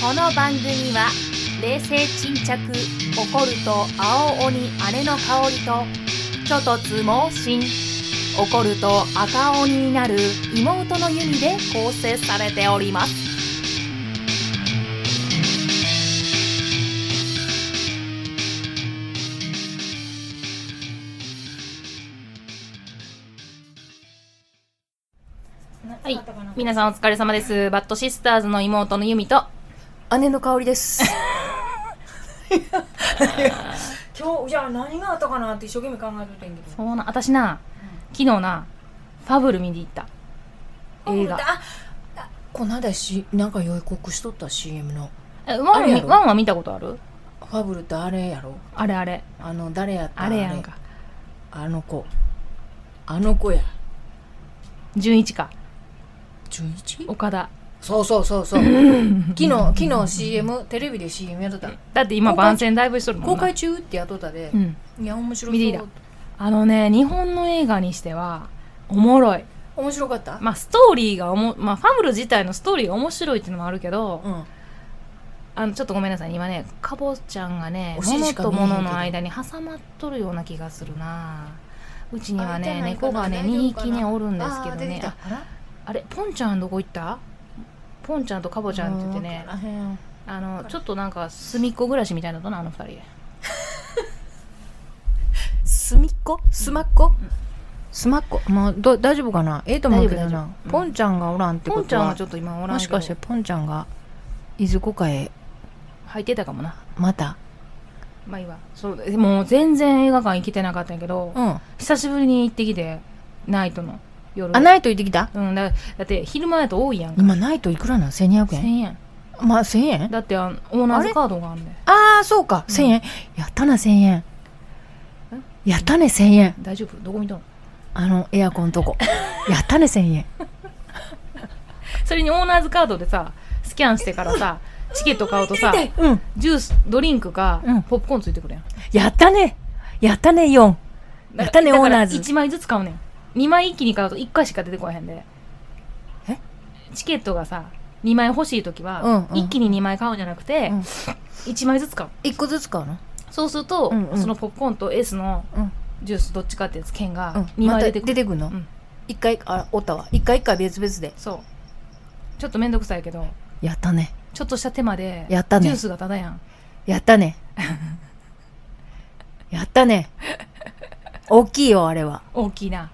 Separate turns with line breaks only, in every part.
この番組は冷静沈着怒ると青鬼姉の香りとちょとつ猛進怒ると赤鬼になる妹の弓で構成されておりますはい皆さんお疲れ様ですバッドシスターズの妹の弓と
姉の香りです。
今日じゃあ何があったかなって一生懸命考えといてんけど
そうな私な昨日なファブル見に行った映画
あ
この間し、なんか予告しとった CM の。
えワンは
あれや
見
ろ
ワンは見たことある
ファブルってあれやろ
あれあれ
あの、誰やった
あれやんか。
あの子。あの子や。
純一か
純一
岡田
そうそうそ うそう。昨日、昨日 CM、テレビで CM やっとった。
だって今
公開
番宣だいぶしとるもんな
公開中ってやっとったで
う。ん
いや、面白
見ていい
そ
だ
う。
あのね日本の映画にしてはおもろい
面白かった
まあストーリーがおも、まあ、ファブル自体のストーリーが面白いっていうのもあるけど、
うん。
あのちょっとごめんなさい今ねかぼちゃんがね
お尻
物
しか
と
見えへんけど
物の間に挟まっとるような気がするなうちには
あれじ
ね
ゃないか
猫
な
がね
大丈夫
2
かな
匹ねおるんですけど
あー出て
ね
き
あ
たあら
あれポンちゃんどこ行ったポンちゃんとかぼちゃんって言ってね
うんわからへん
あのちょっとなんか隅っこ暮らしみたいなのとなあの二人
すみっこすまっこすまっこまあど大丈夫かなええと思うけど
大丈夫大
な
丈夫
ポンちゃんがおらんって
ポ
ことは
ンちゃんがちょっと今おらん
も
け
し
ど
かしてポンちゃんがいずこかへ
入ってたかもな
また
まあいいわそうえもう全然映画館行けてなかったんやけど、
うん
久しぶりに行ってきてナイトの夜
あナイト行ってきた
うんだだって昼間やと多いやんか
今ナイトいくらなん1200
1000
円
円
まあ1000円
だってあのオーナーズカードがあんねん
ああそうか
うん
1000円やったな1000円やったね1000円
大丈夫どこ見たの
あのエアコンと こやったね1000円
それにオーナーズカードでさスキャンしてからさチケット買うとさ
うん
ジュースドリンクか、
うん
ポップコーンついてくるやん
やったねやったね4やったねオーナーズ
1枚ずつ買うねん2枚一気に買うと1回しか出てこへんで
え
チケットがさ2枚欲しい時は、
うんうん
一気に2枚買うんじゃなくて、
うん
一1枚ずつ買う
1個ずつ買うの
そうすると、
うんうん
そのポップコーンとエースの
うん
ジュースどっちかってやつ券
う
が
ん
2
ま
枚
た
出て
出
くる、
てくんの
うん
1回あおったわ1回1回別々で
そうちょっと面倒くさいけど
やったね
ちょっとした手間で
やったね
ジュースがただやん
やった ねやったね大きいよあれは
大きいな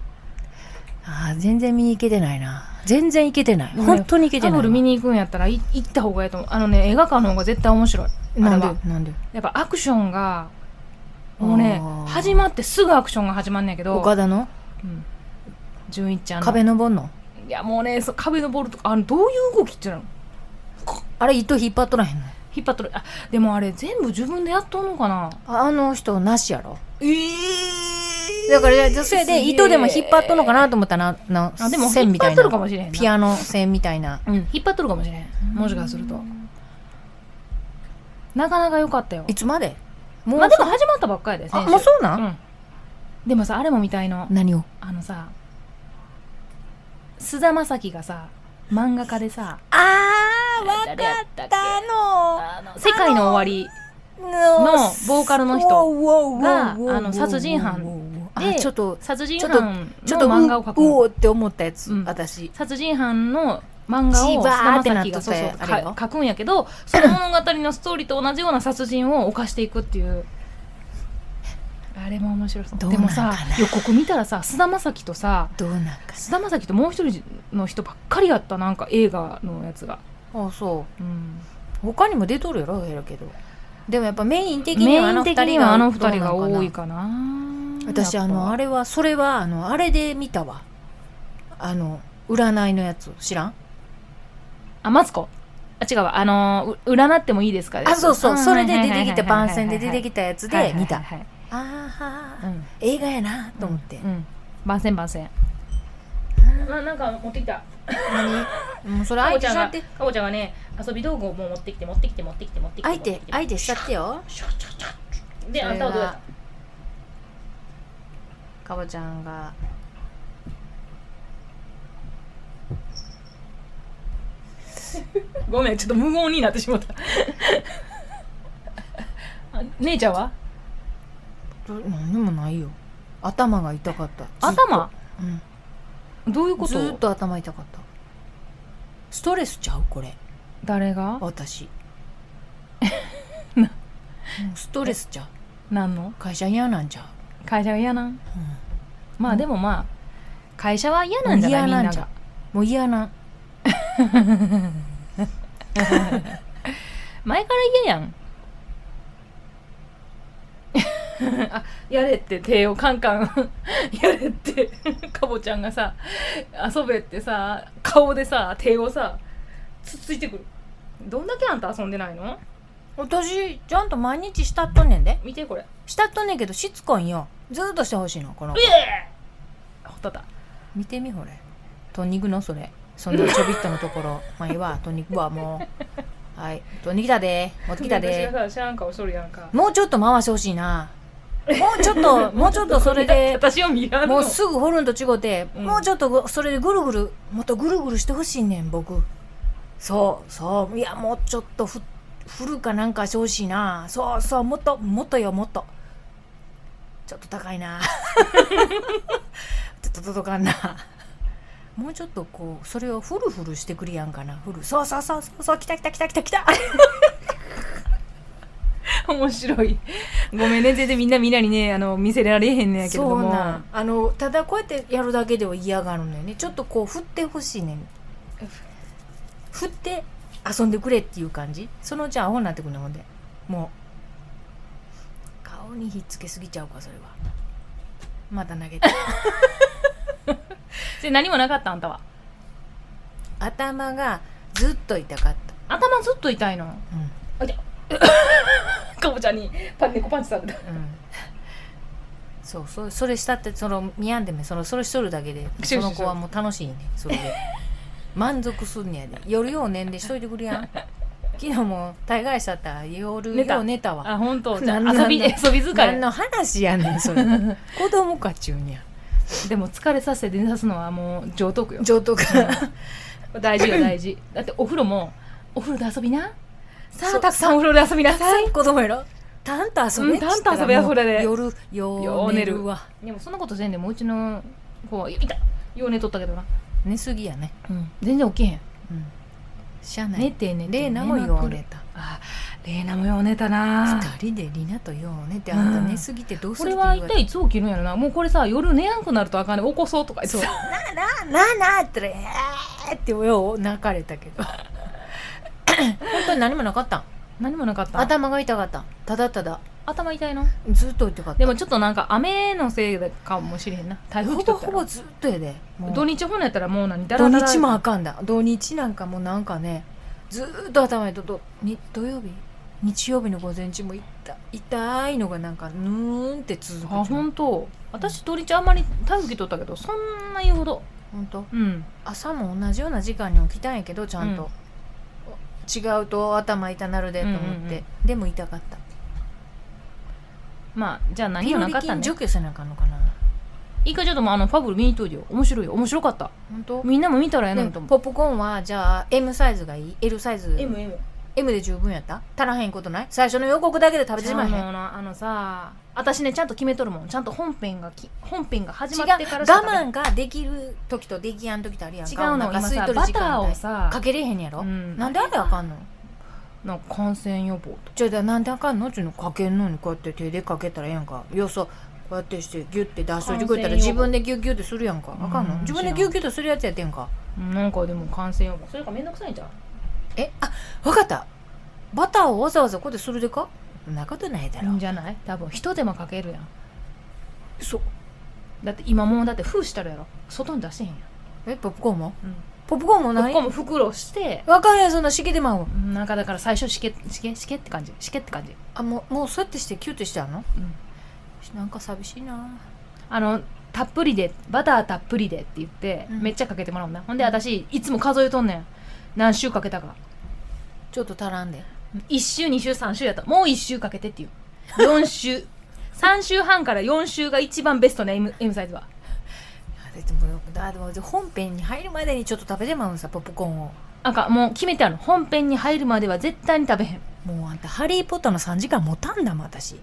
あー全然見に行けてないな全然行けてない
ごめん
本当に行けて
タ
な
ブ
い
ル見に行くんやったらい行った方がいいと思うあのね映画館の方が絶対面白い
なん
あれは
でなんで
やっぱアクションがもうね
あー
始まってすぐアクションが始まんねんけど
岡田の
うん、純一ちゃんの
壁登んの
いやもうねそう壁登るとかあのどういう動きっていうの
あれ糸引っ張っとらへんの
引っ張っとるあでもあれ全部自分でやっとんのかな
ああの人なしやろ
ええ
だからじゃあそれ
すげ
で
え
糸でも引っ張っとんのかなと思ったらな
あ
な
でも
線
引っ
みた
張
い
っと
な
るかもしれへんな
ピアノ線みたいな
うん引っ張っとるかもしれへんもしかするとなかなか良かったよ
いつまでもう
まあでも始まったばっかりです
あ
ね
もうそうなん、
うんでもさあれも見たいの
何を
あのさ菅田将暉がさ漫画家でさ
ああ
誰やったっけ
の
あの世界の終わり
の
ボーカルの人が
が
あの殺人犯で
ちょっと
殺人
ちょっと
犯
ちょ
の
っと
漫画を描く
うう
の
おーって思ったやつ、
うん
私
殺人犯の漫画
ジ
を
バーって
菅
な
田将暉が
っとった
そうそう
あれよ
か書くんやけどその物語のストーリーと同じような殺人を犯していくっていうあれも面白そう
どう
で
なんか
も
な
さ予告見たらさ菅田将暉とさ
どうなんか
菅田将暉ともう一人の人ばっかりやったなんか映画のやつが、
あそ
うん、
う他にも出とるやろやけどでもやっぱメイン的に
メ
はあ
イン
の二
的
人
に
が
はあの二人が
どうなんかな
多いかな
私あのあ
れ
れはそれはあのあれで見たわあの占いのやつ知らん
あマツコあ違うわあのう占ってもいいですか
あそうそうそれで出てきた番宣で出て
き
きたやつ
はいは
で
い
見た
はいはい
あ
う
あ
ん
映画やなと思って
うん番宣番宣あなんか持ってきた
何もうそれ
かぼち
相手
ゃん
しちゃ
が
って
かぼちゃんがね遊び道具をもう持ってきて持ってきて持ってきて持ってきて
相手相手しちゃってよ
であんたはどうやっ
かぼちゃんが
ごめんちょっと無言になってしまった あ姉ちゃんは
何もないよ頭が痛かったずっと
頭
うん
どういうこ
ずーっ
と
と頭痛かったストレスちゃうこれ
誰が
私
な
うんストレスちゃう
何の
会社嫌なんちゃう、
会社が嫌なん
うん
まあでもまあ会社は嫌なんじゃないみん
嫌なん
な
じゃ
が
んもう嫌なん
前から嫌やん あやれって手をカンカン やれって かぼちゃんがさ遊べってさ顔でさ手をさつっついてくるどんだけあんた遊んでないの
私ちゃんと毎日したっとんねんで
見てこれ
したっとんねんけどしつこいんよずーっとしてほしいのこの子
ほったった
見てみほれとんにくのそれそんなちょびっとのところ まあいいわとんにくはもうはいとんにきたで持ってきた
私
で
がさ知らん顔しとるやんか
もうちょっと回してほしいなもうちょっともうちょっとそれで
私を見らんの
もうすぐ掘るんと違うて、
うん
もうちょっとぐそれでぐるぐるもっとぐるぐるしてほしいねん僕そうそういやもうちょっとふ振るかなんかしてほしいなそうそうもっともっとよもっとちょっと高い なちょっと届かんなもうちょっとこうそれをフルフルしてくれやんかなフルそうそうそうそうそう来た来た来た来た来た
面白いごめんね全然みんなみんなにねあの見せられへんねんやけれど
そ
も
うなんあのただこうやってやるだけでは嫌がるのよねちょっとこう振ってほしいねん振って遊んでくれっていう感じそのうちアホになってくるのほんでもう顔にひっつけすぎちゃうかそれはまた投 げて
で何もなかったあんたは
頭がずっと痛かっ
頭ずっと痛いの
たうん
かぼちゃんにパン猫パンチされた
うんそうそうそれしたってその見やんでもそのそれしとるだけで
くし
そ
ゅくしゅ
の子はもう楽しいねそ れで満足すんねやで夜よう寝んでしといてくれやん昨日も大概しちゃった夜
寝た
よう寝たわ
あ本当じゃあ
なんな
遊
ん
び
なん
遊び疲
何
れ
の話やねん それ子供かちゅうにゃ
でも疲れさせて寝さすのはもう上等句よ
上等か
大 事よ大事だってお風呂もお風呂で遊びなさ
そ
あ
う
たくさんお風呂で遊びなさい
子供やろたんと遊べ
うんたんと遊べや
っつったらもう
それで
夜よう寝るわ
でもそんなことせんでもうちの子はいたよう寝とったけどな、
寝すぎやね
うん、全然起きへん、
うんしゃあな
寝
い
て寝て
レーナもよう寝た
あレイナもよう寝たな
二人でリナとようねってあんた寝すぎてどうす
こ
る
れ
って
は
言
一
わ
体いつ起きるんやろなもうこれさ夜寝やんくなるとあかんね起こそうとか言ってさ
なななって言ったら「えー」ってよう泣かれたけ ど本当に何もなかったん
何もなかった
頭が痛かったんただただ
頭痛いの
ずっと痛かった
でもちょっとなんか雨のせいかもしれへんな台風
ほ
来と
ぼ
った
ほ
ら
ぼずっとやでもう
土日ほんやったらもう何だ
土
らだら
日もあかんだ土日なんかもうなんかねずーっと頭にとどに土曜日日曜日の午前中も痛痛いのがなんかぬーんって続く
あ
ん
本当私土日あんまり台風来とったけどそんな言うほど
ほんと
うん
朝も同じような時間に起きたんやけどちゃんと、違うと頭痛なるでと思って、
うんうんうん
でも痛かった
まあじゃあ何
ピ
も
ロ
な
リ
かった
菌
ね
除去せなあかんのかな
一回ちょっともうあのファブル見に行っといてよ面白いよ面白かった
本当
みんなも見たらええのにと思
ポップコーンはじゃあ M サイズがいい L サイズ
M
M で十分やった足らへんことない最初の予告だけで食べてしまえへん
もうなあのさ私ねちゃんと決めとるもんちゃんと本編がき本編が始
違う
まってからしか
我
食べ
慢ができる時とできやん時とあるやんか
違うの
お腹
今
空い
さ
とる
バ
時
ター
間
を
帯
さ
かけれへんやろ、
うん
なんであれあかんの
なんか感染予防と
じゃあだなんであかんのっちゅうのかけんのにこうやって手でかけたらええやんかよそこうやってしてギュッて出しといてくれたら
感染
自
予防
分でギュッギュッてするやんかあかん
う
の
ん
自分でギュッギュッてするやつやってんか
うんなんかでも感染予防それかめんどくさいんじゃん
えあわかったバターをわざわざこうやってするでかそんなことないだろ、
じゃない多分一手間かけるやん
そう
だって今もうだって封したるやろ外に出してへんやん、
えポップコーンも
うん、
ポップコーンも
こ
ない
こも袋をして
わかんやそんなしけてまうわ
うんなんかだから最初しけしけしけって感じしけって感じ、
あもうもうそうやってしてキュッてしてあんの
うん、
なんか寂しいな
あのたっぷりでバターたっぷりでって言って、
うん
めっちゃかけてもらうんだほんで私いつも数えとんねん何週かけたか
ちょっと足らんで
1週2週3週やったもう1週かけてっていう4週3 週半から4週が一番ベストね M, M サイズは
あでもだでも本編に入るまでにちょっと食べてまうんさポップコーンを
なんかもう決めてある本編に入るまでは絶対に食べへ ん
もうあんた「ハリー・ポッター」の3時間持たんだもん私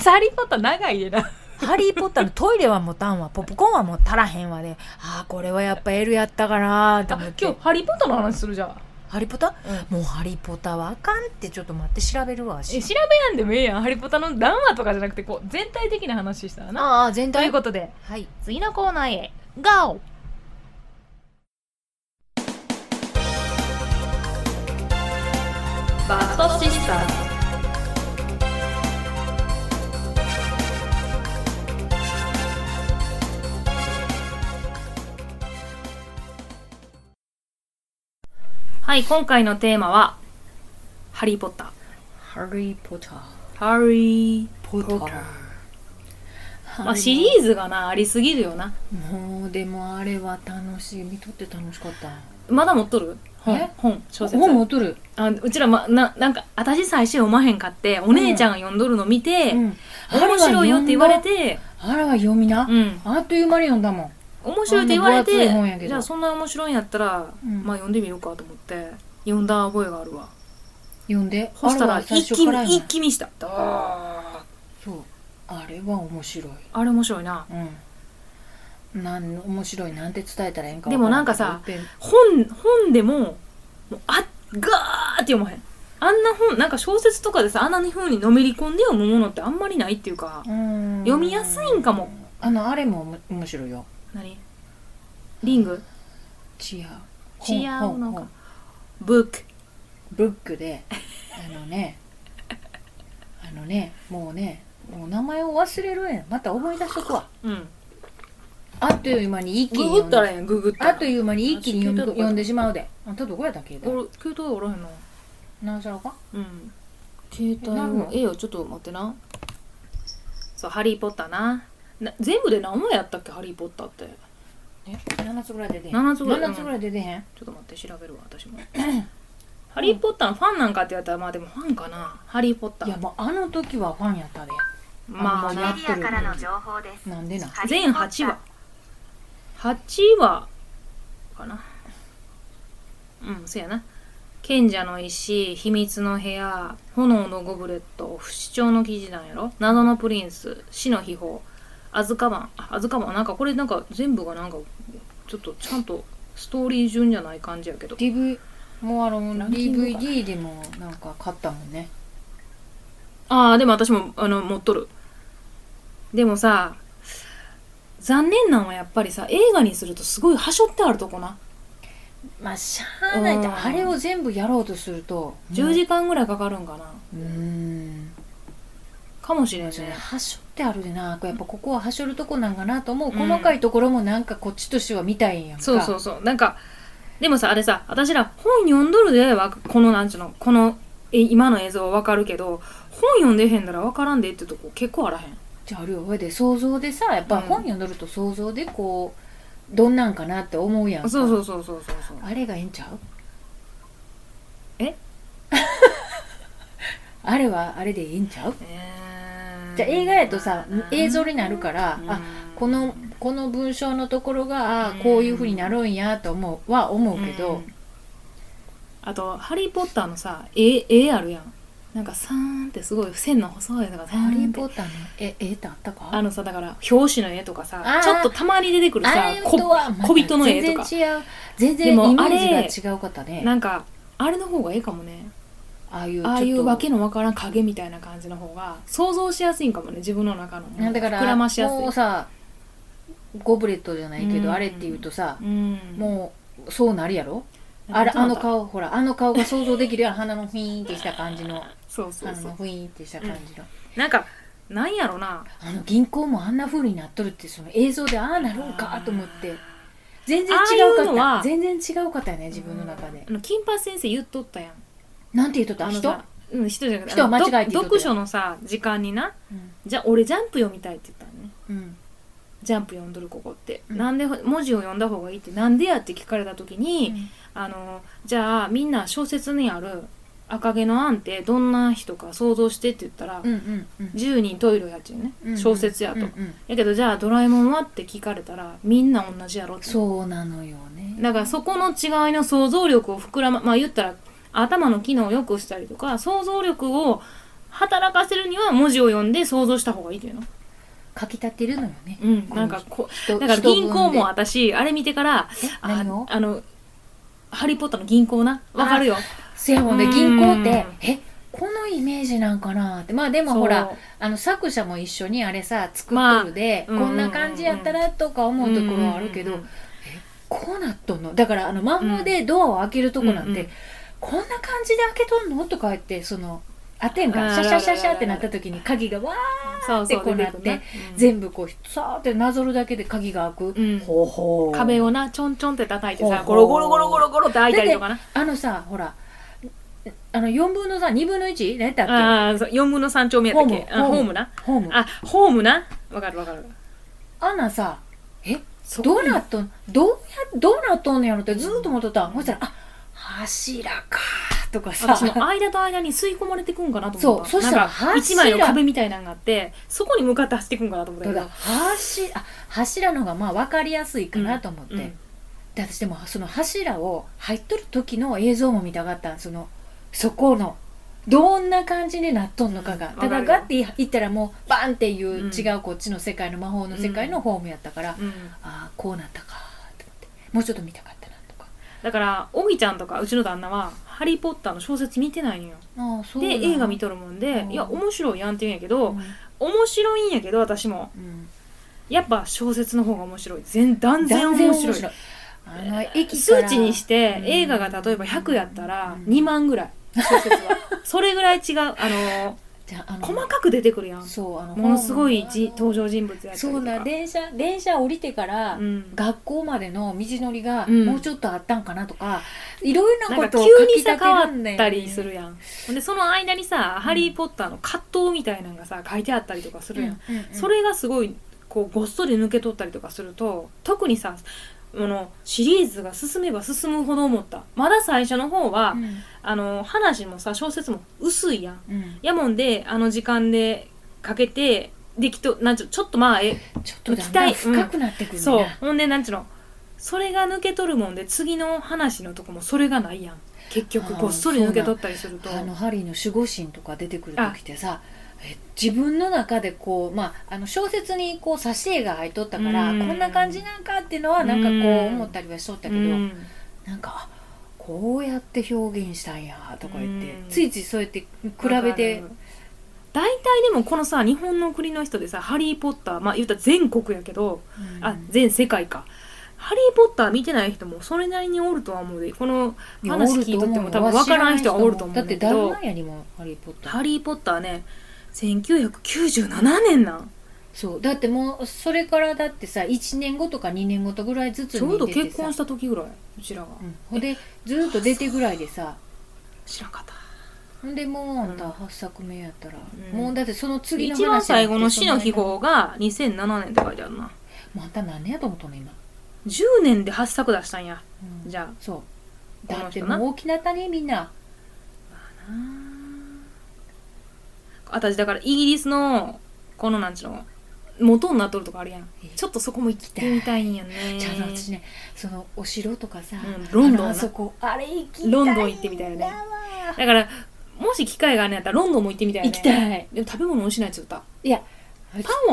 サリーポッター長いでな
「ハリー・ポッター」のトイレは持たんわポップコーンはもう足らへんわで、ああこれはやっぱ L やったかなーと
今
思って
日ハリー・ポッターの話するじゃん
「ハリー・ポッター」もうハリーポタはあかんってちょっと待って調べるわ
え
し。
調べやんでもええやんハリポタの談話とかじゃなくてこう全体的な話したらな
ああ、全
とい
体
うことで
はい。
次のコーナーへ GO! バッドシスターはい今回のテーマは「ハリー・ポッター」
ハリーポター。
ハリー・ポ
ポ
ター。まあ、シリーズがな、ありすぎるよな。
もうでもあれは楽しい。見とって楽しかった。
まだ持っとる本
え、
本、小説。
本持っとる。
あうちら、ま、な、なんか、私最初読まへんかって、お姉ちゃんが読んどるの見て、
うん。
面白いよって言われて、
あれは読みな
う。ん。
あっという間に読んだもん。
面白いって言われ
あんな分厚
て
い本やけ、ど
じゃあそんな面白いんやったら、
うん
まあ読んでみるかと思って、読んだ覚えがあるわ。
読んで。
そした
あ
ら、
れは最
一
初
気
からやな
に、一気見した。あ
そう。あれは面白い。
れ面白いな。
うん。なん面白いなんて伝えたらええんか
でもなんかさ本本でももうあっガーって読まへんあんな本なんか小説とかでさあんな風にのめり込んで読むものってあんまりないっていうか読
読
みやすいんかも
あのあれもおも面白いよ
何リング
違う
違うの
本
か
本
ブック
ブックであのねあのねもうねもう名前を忘れるんやまた思い出しとくわ
うん
あっという間に一気
ググ
に読ん
った
で
らええんググった
あ
ら
っという間に一気に読み読んでしまうであんたどこやったっけ
俺携帯おらへんな
なんしゃろか
うん携帯
なる
も
の
ええよちょっと待ってなそう「ハリー・ポッターな」な全部で何話やったっけ「ハリー・ポッター」ってちょ
え7つぐらい出てへん
七つぐらい
七つぐらい出てへん
っと待って調べるわ私 も「ハリー・ポッター」のファンなんかって言われたらまあでもファンかな「ハリー・ポッター」
いやもうあの時はファンやったで
まあ
あの
な
や
メ
っ
デ
て
ィ
る
アからの情報です。
なんでなん
全8話8話かなうんそうやな賢者の石秘密の部屋炎のゴブレット不死鳥の騎士団やろ謎のプリンス死の秘宝アズカバンあアズカバンなんかこれなんか全部がなんかちょっとちゃんとストーリー順じゃない感じやけど
DV もうあの
ランキングか
DVD でもなんか買ったもんね
ああでも私もあの持っとるでもさ残念なんはやっぱりさ映画にするとすごい端折ってあるとこな
まあしゃあないって
うん
あれを全部やろうとすると
10時間ぐらいかかるんかな、
うーん
かもしれんね
はしょってあるでなやっぱここははしょるとこなんかなと思う、細かいところもなんかこっちとしては見たいんやんか
そうそうそうなんかでもさあれさ私ら本読んどるではこのなんちゅうのこのえ今の映像はわかるけど本読んでへんならわからんでってとこ結構あらへん
じゃああるよ上で想像でさやっぱ本読んどると想像でこうどんなんかなって思うやんか
そうそうそうそうそうそう
あれがええんちゃう
え
あれはあれでええんちゃう
えー
じゃあ映画やとさ映像になるから、
うん
あこのこの文章のところがあ
うん
ーこういうふうになるんやと思うは思うけど、
うんあと「ハリー・ポッター」のさ絵絵あるやんなんかさーんってすごい線の細いのが
ハ
ハ
リー・ポッターの絵絵ってあったか
あのさだから表紙の絵とかさ
あー
ちょっとたまに出てくるさ
あれ
こと
はまた
小人の絵とか
全然違う全
でも
然イメ
あれ
ージが違うかったね
なんかあれの方がいいかもね
ああいうちょっと
ああいうわけのわからん影みたいな感じの方が想像しやすいんかもね自分の中の
うんだから
膨らましやすい
もうさゴブレットじゃないけど、
うん
あれっていうとさ
う、ん
もうそうなるやろ
なんか
あれあの
そう
顔ほらあの顔が想像できるやん鼻のフィーンってした感じの
そうそう
鼻
そ
の
う
フィーンってした感じの、
なんかなんやろな
あの銀行もあんな風になっとるってその映像でああなるんかと思って全然違うか
ああいう
っ
の
た
は
全然違うかったよね自分の中で
あ、の金八先生言っとったやん
なんて言っとった
あの
人、
さうん人じゃなくて
人は間違えて
あの
言
ど
っとった
読
よ
書のさ時間にな
うん
じゃあ俺ジャンプ読みたいって言ったのね
うん
ジャンプ読んどるここって、
うん
なんで文字を読んだ方がいいってなんでやって聞かれた時に、あのじゃあみんな小説にある赤毛のアンってどんな人か想像してって言ったら、
うんうんうん
10人トイレやっちゅうね、
うんうん
小説やと、
うんうん
やけどじゃあ「ドラえもんは?」って聞かれたらみんな同じやろって
そうなのよ
ね
ね
だからそこの違いの想像力を膨らま、まあ言ったら頭の機能を良くしたりとか、想像力を働かせるには文字を読んで想像した方がいいというの。
書き立てるのよね
うん。なんかこ
人
う、だから
人
銀
文
行
で
も私、あれ見てから、あ
何を
あの、ハリーポッターの銀行な。わかるよ。
せやもんね
うん
銀行ってえこのイメージなんかなってまあでも
そう
ほらあの作者も一緒にあれさ作
まあ
っとるで、
うん
こんな感じやったらとか思うところはあるけど、こうなっとんのだからあの魔法でドアを開けるとこなんて、
うんうん
こんな感じで開けとんのとか言ってそのアテン
あ
が
ら
シャ
らら
シャ
ら
シャシャってなった時に鍵がわー
そうそう、
でこうなって
出くるな、
全部こうさーってなぞるだけで鍵が開く、
うん
ほうほう
壁をな、ちょんちょんって叩いて
ほ
さ
う、ほ
ゴ
う
ロゴロゴロゴロゴロって開いたりとかな。
あのさほらあの4分の32分の1何やったっ
ああ、そう4分の3丁目やったっけあ
ホームホ
ホ
ーム
ームな。
けホーム
あ、ホームな。わかるわかる。
あんなんさえ
そ
どうなっとんどうやどうなっとんのやろってずーっと思っとったんほしたら「あ柱か」とかさ
私も間と間に吸い込まれてくんかなと
そ
思
う
った
そしたら
なんか
柱
一枚の壁みたいなのがあってそこに向かって走ってくんかなと思った
どう
けど
だ柱あ柱のがまあ分かりやすいかなと思って、
うんうん
で私でもその柱を入っとる時の映像も見たかったんそのそこのどんな感じになっとんのかが、
うん
ただ
わかるよ
ガッていったらもうバンっていう
うん
違うこっちの世界の魔法の世界のホームやったから、あ
うん
あーこうなったかーって思ってもうちょっと見たかったなとか
だからおぎちゃんとかうちの旦那は「ハリー・ポッター」の小説見てないのよ
ああそう
で映画見
た
とるもんで、
うん
いや面白いやんって言うんやけ
う
ど、
ん
面白いんやけど私も
うん
やっぱ小説の方が面白い全断然
断
面
然
白
面
い
白いあの駅か
数
ら
値にして
うん
映画が例えば100やったら
うん
2万ぐらい小説は それぐらい違うあの
じゃああの
細かく出てくるやん
そうあの
ものすごいじ
あの
登場人物やったりと
そ
か
うな電車電車降りてから、
うん
学校までの道のりが
うん
もうちょっとあったんかなとか、いろいろ
な
なこ
んか
とを
急に
書
さ
き立て
変わ
るんだ
っ
よ
た
ね
りするやんほんでその間にさ「ハリー・ポッター」の葛藤みたいなのがさ書いてあったりとかするやん、
うんうんうん
それがすごいこうごっそり抜け取ったりとかすると特にさあのシリーズが進めば進むほど思ったまだ最初の方は、
うん
あの話もさ小説も薄いやん
うん
やもんであの時間でかけてできとなんちょちょっとまあえ
ちょっとだんだん
行きたいうん
深くなってくるね、
そうほんでなんちゅうのそれが抜け取るもんで次の話のとこもそれがないやん結局
あー
ごっそり抜け取ったりすると
あのハリーの守護神とか出てくる時ってさえ自分の中でこう、まあ、あの小説にこう挿絵が入っとったから、
うん
こんな感じなんかっていうのはなんかこう思ったりはしとったけど、
うん
なんかあこうやって表現したんやとか言って、
うん
ついついそうやって比べて
わかる大体でもこのさ日本の国の人でさ「ハリー・ポッター」まあ言ったら全国やけど、
うん
あ全世界か「ハリー・ポッター」見てない人もそれなりにおるとは思うでこの
いや
話
おる
聞いとっても
思う
多分わからん人はおると思うん
だ
だ
って
け
誰
ど
なんやにも「ハリー・ポッ
「
ター
ハリー・ポッターね」1997年なん」
そうだってもうそれからだってさ1年後とか2年後とぐらいずつ
ちょうど
似てて
結婚
さ
した時ぐらいうちらが
うんほんでずっと出てぐらいでさ
知らんかった
ほんでもうあんた
うん
8作目やったら、
うん
もうだってその次の話
一番最後の死の秘
法
宝が2007年って書いてあるな
もうあんた何年やと思っとんの今、
10年で8作出したんや
うん
じゃ
そう
この人な
だってもう大きなったねみんな
あ私だからイギリスのこのなんちゅうの元になっとるとこあるやんちょっとそこも行きたいみたいんやね
ちゃんと私ねそのお城とかさ、
うんロンドン
あの
な
あそこあれ行きたい
ロンドン行ってみたいよねだからもし機会があるんやったらロンドンも行ってみたいよ
行
ね
きたい
でも食べ物美味しいなやつだった
パ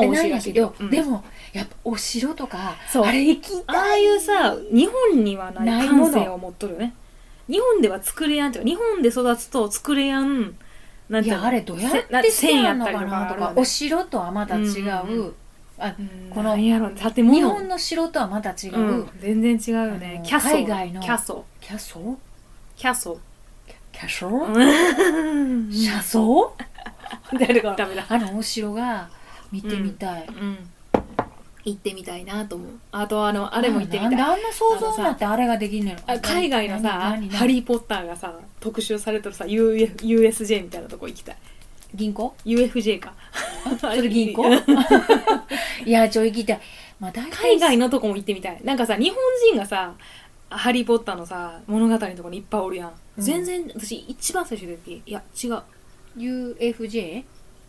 ンは美味しいらしいけどうん
でもやっぱお城とか
そう
あれ行きたい
ああいうさ日本にはな
ないいもの
感性を持っとるよね日本では作れやんっていうか日本で育つと作れやんなん
い
ていうの
やあれどうや
せな
って線や
線
の
やっ
か
たりとか
なと
ある
か
よね
お城とはまた違
うんうんう
うこ
こ
の
のやろ建物
日本の城とはまた違
う、
うん
全然違うよ
あ
ね
の
キャソ
海外の
キャソ
キャソ
キャソ
キャソ
うん
車窓
誰か ダメだ
あのお城が見てみたい
うん行ってみたいなと思うあとあのあれも行ってみ
なんで
たい
あんな想像になってあれができんのよ
あ海外のさ
何何
ハリー・ポッター」がさ特集されてるさ UF USJ みたいなとこ行きたい
銀行
UFJ か
それ銀行 いやちょ行きたいまあ大体
海外のとこも行ってみたいなんかさ日本人がさ「ハリー・ポッター」のさ物語のとこにいっぱいおるやん、
うん
全然私一番最初の時いや違う
UFJ?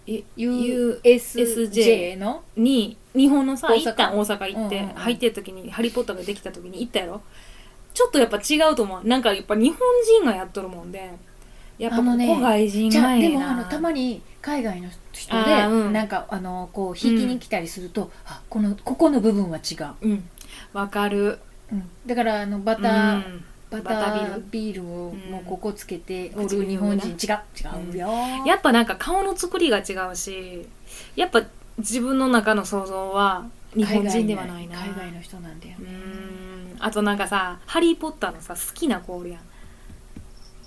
え
USJ の
に日本のさ
大阪
一旦大阪行って、
うんうんうん
入ってる時に「ハリー・ポッター」ができた時に行ったやろちょっとやっぱ違うと思う。なんかやっぱ日本人がやっとるもんで、やっぱ
あ
こ
のね
こ外人
じゃ
が
あ
え
で
え
もあの
な。
たまに海外の人
あ
で、
ーうん
なんかあのこうひいきに来たりすると、あこのここの部分は違
う
う、
ん。わかる。
うんだからあのバタ
う
ー、
ん
バタ
バター
ービールを
うん
もうここつけてお
口
る
紅
日本人
を
違う違うよ、
やっぱなんか顔の作りが違うし、やっぱ自分の中の想像は日本人ではないな。
海外の人なんだよ
うーんあとなんかさ「ハリー・ポッター」のさ好きな子おるやん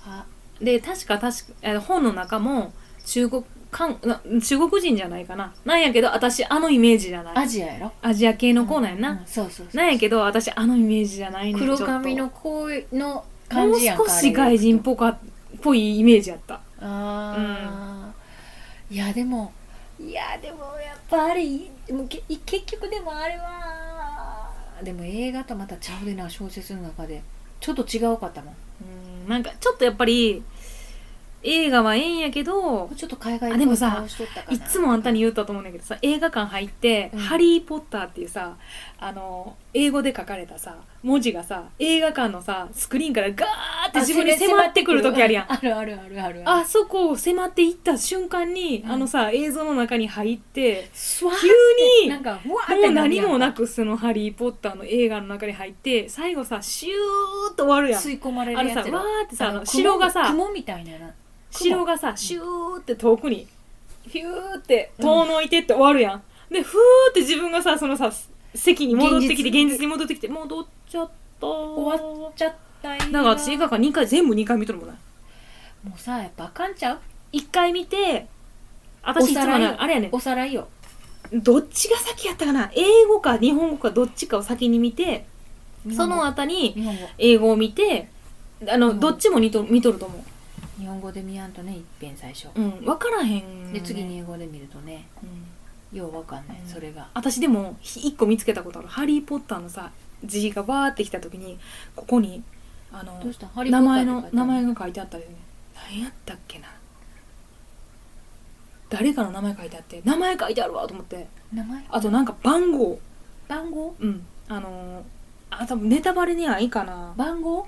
あ
で確か確かえ本の中も中国韓な中国人じゃないかななんやけど私あのイメージじゃない
アジアやろ
アジア系の子なんやな、
うんそうそうそう
なんやけど私あのイメージじゃないねん
黒
ちょっと
髪の子の感じやんか
もう少し外人っぽかっぽいイメージやった
あー、いやでもいやでもやっぱあれいでもけ結局でもあれはでも映画とまたちゃうでな小説の中でちょっと違うかったもんも
うんなんかちょっとやっぱり映画はええんやけど
うちょっと海外っ
あ
ぽ
で
い
もさ
顔しとったかない
つもあんたに言ったと思うんだけどさ映画館入って「
うん
ハリー・ポッター」っていうさあの英語で書かれたさ文字がさ映画館のさスクリーンからガーって自分に迫ってくる時あるやん
あるあるあるある
あそこを迫っていった瞬間に、あのさ映像の中に入って
すわ
急に
なんかうわーっ
も
て
う
なる
何
やん
もなくその「ハリー・ポッター」の映画の中に入って最後さシューッと終わるやん
吸い込まれ
あ
る
のさ
や
わ
つやろ
ーってさあの
雲
城がさ
雲みたいなな
城がさシューって遠くにヒューって遠のいてって終わるやん、でふーって自分がさそのさ席に戻ってきて現
現実
実に戻ってきて戻っちゃった
終わっちゃったよ
だから私映画館2回全部2回見とるもんない
もうさやっぱあかんちゃう
1回見て私いつも
おさらい
ねあれやね
おさらいよ
どっちが先やったかな英語か日本語かどっちかを先に見てその後に
日本語
英語を見てあの、
うん
どっちも見と見とると思
日本語で見やんとねいっぺん最初
う、うん、分からへんよね
で次に、英語で見るとね
うん
ようわかんない、
うん
それが
私でもひ一個見つけたことある「ハリー・ポッター」のさ字がわーってきた時にここにあの
どうしたハリー
名
ポッタ
前
ーって書い
の
てある
名前が書いてあったりね何やったっけな誰かの名前書いてあって名前書いてあるわと思って
名前
あとなんか番号
番号
うんあのーあ多分ネタバレにはいいかな
番号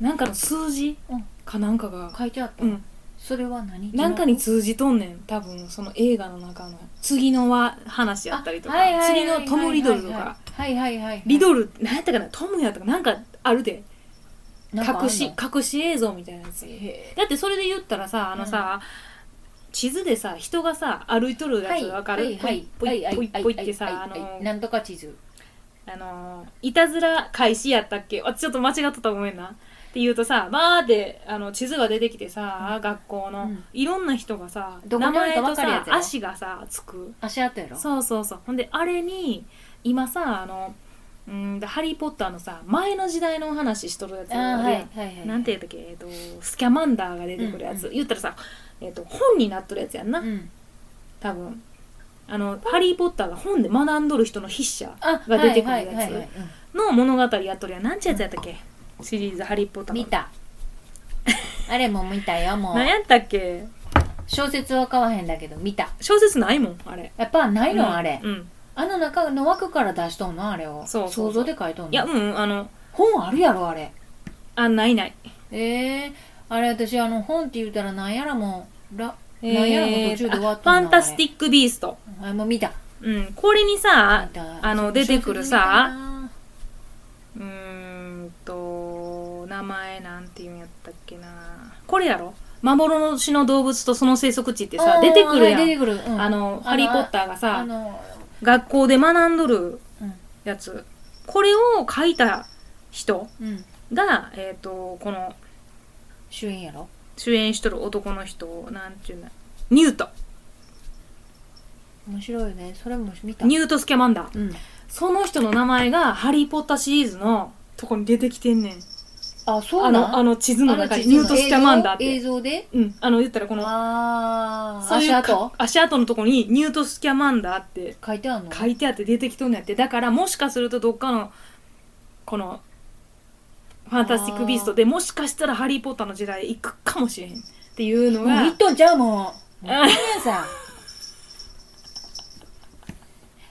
なんかの数字
うん
かなんかが、
書いてあった、
うん、
それは何
なんかに通じとんねん多分その映画の中の次のは話やったりとか
あはいはいはい
次
はい
のトム・リドルとか
はいはいはい
リドル、なんやったかな、トムやったかな、なんかあるで。
なんかあんの
隠し、隠し映像みたいなやつ。
へ
だってそれで言ったらさ、あのさ、地図でさ、人がさ、歩いとる
ー
やつわかる、
はいはい
ポイポイ
はい
ポイポイって
はいは
さ、あ
いはい
の、
なんとか地図
あの、いたずら開始やったっけあ、ちょっと間違ってたらごめんな。って言うとさ、バーってあの地図が出てきてさ、学校の、
うん
いろんな人がさ、
どこ
名
にあ
前
るか
と
わかるや
さ
つ、やろ
足がさ、つく。
足跡やろ
そうそうそうほんであれに今さあのうーんとハリー・ポッター」のさ前の時代のお話しとるやつ
あ
あ
ー
る
はい
やん
はいはい
なんて言うたっけ、えっとスキャマンダーが出てくるやつ、
うんう
言ったらさ、えっと本になっとるやつやんな、
うん
多分あの、ハリー・ポッター」が本で学んどる人の筆者
あ
が出てくるやつ
はいはいはいはい
の物語やっとるやんなんちゅうやつやったっけ、シリーズ「ハリー・ポッ
う
タ
ん
ーの」
見たあれも見たよもう
何やったっけ
小説は買わへんだけど見た
小説ないもんあれ
やっぱないの、
うん
あれ
うん
あの中の枠から出しとんのあれを
そうそうそう
想像で書いとんの
いやうんあの
本あるやろあれ
あないない
ええあれ私あの本って言うたらなんやらもうらなんやらもう途中で終わっ
えー
とん
あファンタスティ
ッ
ック・ビースト
クあもう見た
うん、これにさ
見、た
あの出てくるさ、
小
うーんと、名前なんていうんやったっけな。これやろ幻の動物とその生息地って
説
さ、
見
出て
た
くるや
あーはい出
ん。
てくる、うん
あの、ハリー・ポッターが
あ
さ、
の
学校で学んどる
うん
やつ。これを書いた人
うん
が、えっ、と、この
主演やろ
主演しとる男の人を、なんていうんだ、ニュート。
面白いよねそれも見た
ニュート・スキャマンダー。
うん
その人の名前が、ハリー・ポッターシリーズのとこに出てきてんねん。
あそ
あ
うなん
の、あの地図の
あの
中に、
地図
ニ
の
ュート・スキャマンダーって。
映像映像で
うん、あの言ったらこの
ああ
そうい
足
う
跡
か足跡のとこにニュートスキャマンダーって
書いてあるの
書いてあって出てきとんのやってだからもしかするとどっかのこの「ファンタスティック・ビースト」でもしかしたら「ハリー・ポッター」の時代行くかもしれへんっていうの
もう
が
一トンちゃうもん。もう
あ
一トンさ。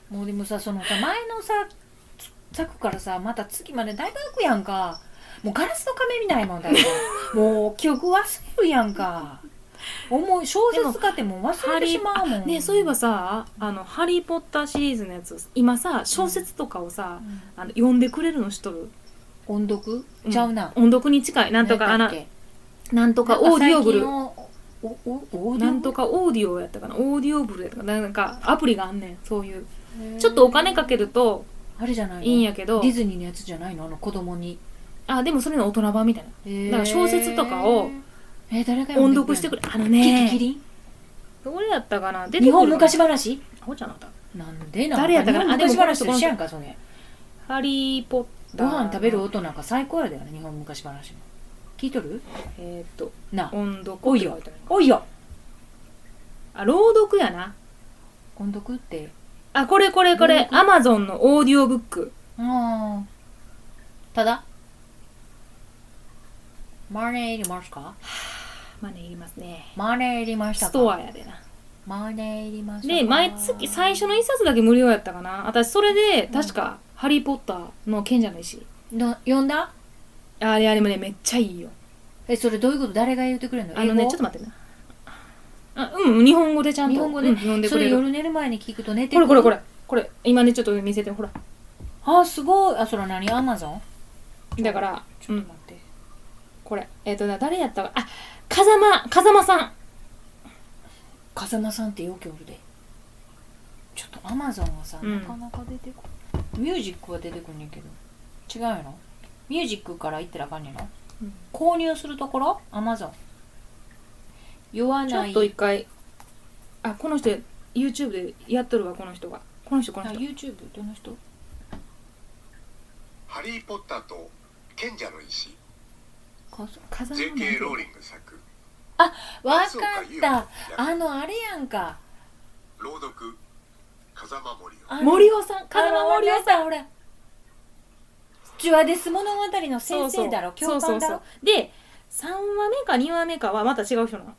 もうでもさ、そのさ、前のさ、つ作からさ、また次までだいぶ空くやんか。もうガラスの仮面みたいなもんだってもう記憶忘れるやんか思い小説使っても忘れてしまうもん
ねそういえばさあの「ハリー・ポッター」シリーズのやつ今さ小説とかをさ、
うん
あの読んでくれるの知っとる
音読
うん
ちゃうな、
音読に近いなんとかあな
何やったっけ
なんとかオーディオブル
なんか最近のおおオーディオブル
なんとかオーディオやったかなオーディオブルやったかななんかアプリがあんねんそういうちょっとお金かけると
あれじゃないの
いいんやけど
ディズニーのやつじゃないのあの子供に
あでもそれの大人版みたいな
だ
から小説とかを
えー誰が読
音
んで
読してく
れ
れあの
キキ
ね
キリン
どれやったかな出てくる
日本昔話
アホちゃんだった
なんでなん
誰やったかな
日本
あでも
昔話と一緒やんかそれ
ハリー・ポッタ
ご
ー
飯食べる音なんか最高やだよね日本昔話も聞いとる
えーっと
なあ
音読
おいよおいよ
あ朗読やな
音読って
あこれこれこれアマゾンのオーディオブック
あーただマネーいりますか
まあねいりますね
マネーいりました
ス
か
トアやでな
マネーいりましたか
で毎月最初の一冊だけ無料やったかな私それで確か「ハリー・ポッター」の賢者の石
の読んだ
あれあれもねめっちゃいいよ
えそれどういうこと誰が言ってくれるの
あのね
英
ちょ
語
っと待ってなあうん日本語でちゃんと
日本語で
うん読んで
そ
くれ
れ
る
夜寝る前に聞くと寝て
これこれこ
れ
れこれ今ねちょっと見せてほら
あすごいあそれ何アマゾン
だから
ち
う
ょっと
ん
待って、
これえっ、とね誰やったかあ風間風間さん
風間さんってよくおるでちょっとアマゾンはさ、
うん
なかなか出てこないミュージックは出てくんねんけど違うやろミュージックから行ったらあかんねんの、
うん
購入するところアマゾン言わ
ちょ
な
っ
い
と一回あこの人 YouTube でやっとるわこの人がこの人こ
あ
の人
YouTube どの人
ハリー・ポッターと賢者の石
か
風間
JK ローリング作
わかっ
松岡優
た
役
あのあれやんか
朗読風間森夫
あの
森尾さん風間
森
森
尾
尾
さんほらスチュワーデス物語の先生だろ
そう
教
そう
官だ
そ
ろ
うで3話目か2話目かはまた違う人なの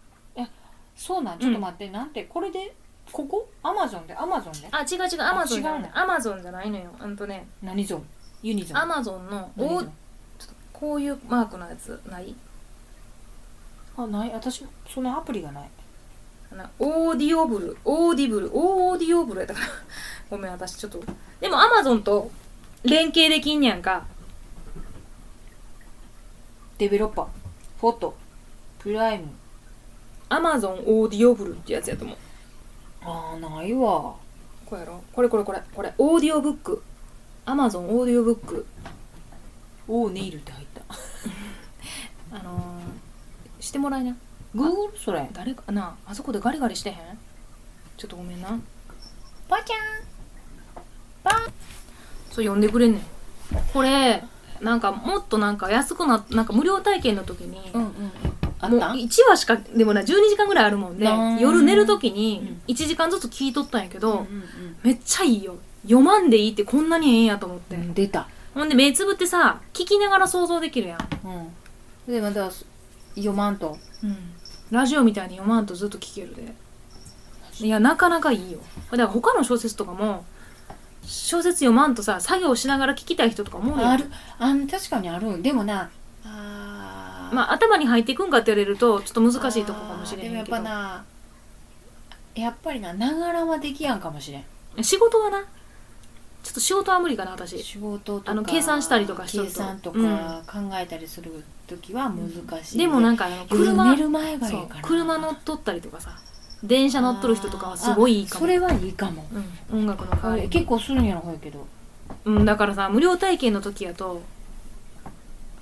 そうなんちょっと待って、なんてこれでここアマゾンでアマゾンで
あ違う違うアマゾンじゃ
違う
ない
の
アマゾンじゃないのよあのとね
何ゾンユニゾン
アマゾンの
何
お
ゾン
こういうマークのやつない
あない私そのアプリがない
なオーディオブルオーディブルオーディオブルやったかな ごめん私ちょっとでもアマゾンと連携できんねやんか
デベロッパーフォトプライム
アマゾンオーディオブルってやつやと思う
あーないわ
これやろこれこれこれこれオーディオブックアマゾンオーディオブック
おおネイルって入った
あのー、してもらいな
Google それ
誰かなあそこでガリガリしてへんちょっとごめんな
ばあちゃん
そう呼んでくれんねんこれなんかもっとなんか安くななんか無料体験の時に、
うんうんあ
も
っ
う
た
1話しかでもな12時間ぐらいあるもんで
なん
夜寝る時
う
に
ん
1時間ずつ聞いとったんやけど、
うんうん
めっちゃいいよ読まんでいいってこんなにええんやと思って、
うん出た
ほんで目つぶってさ聞きながら想像できるやん、
うんでまた読まんと
ラジオみたいに読まんとずっと聞けるでいやなかなかいいよだから他の小説とかも小説読まんとさ作業しながら聞きたい人とか思うよ
あるあん確かにあるでもなあー
まあ頭に入っていくんかって言われるとちょっと難しいとこかもしれ
あ
ない
ーでもやっ
けど
ぱなやっぱりなながらはできやんかもしれん
仕事はなちょっと仕事は無理かな私
仕事とか
あの計算したりとかしとる
計
と
算と
う
か
ん
考えたりする時は難しい、
でもなんかあの
車
車
寝る前がいい
そ
か
う
な
車乗っとったりとかさ電車乗っとる人とかはすごいいいか
あそ
も、
れはいいかも
うん、音楽の代わり
俺
に
結構するんやろほやけど
うん、だからさ無料体験の時やと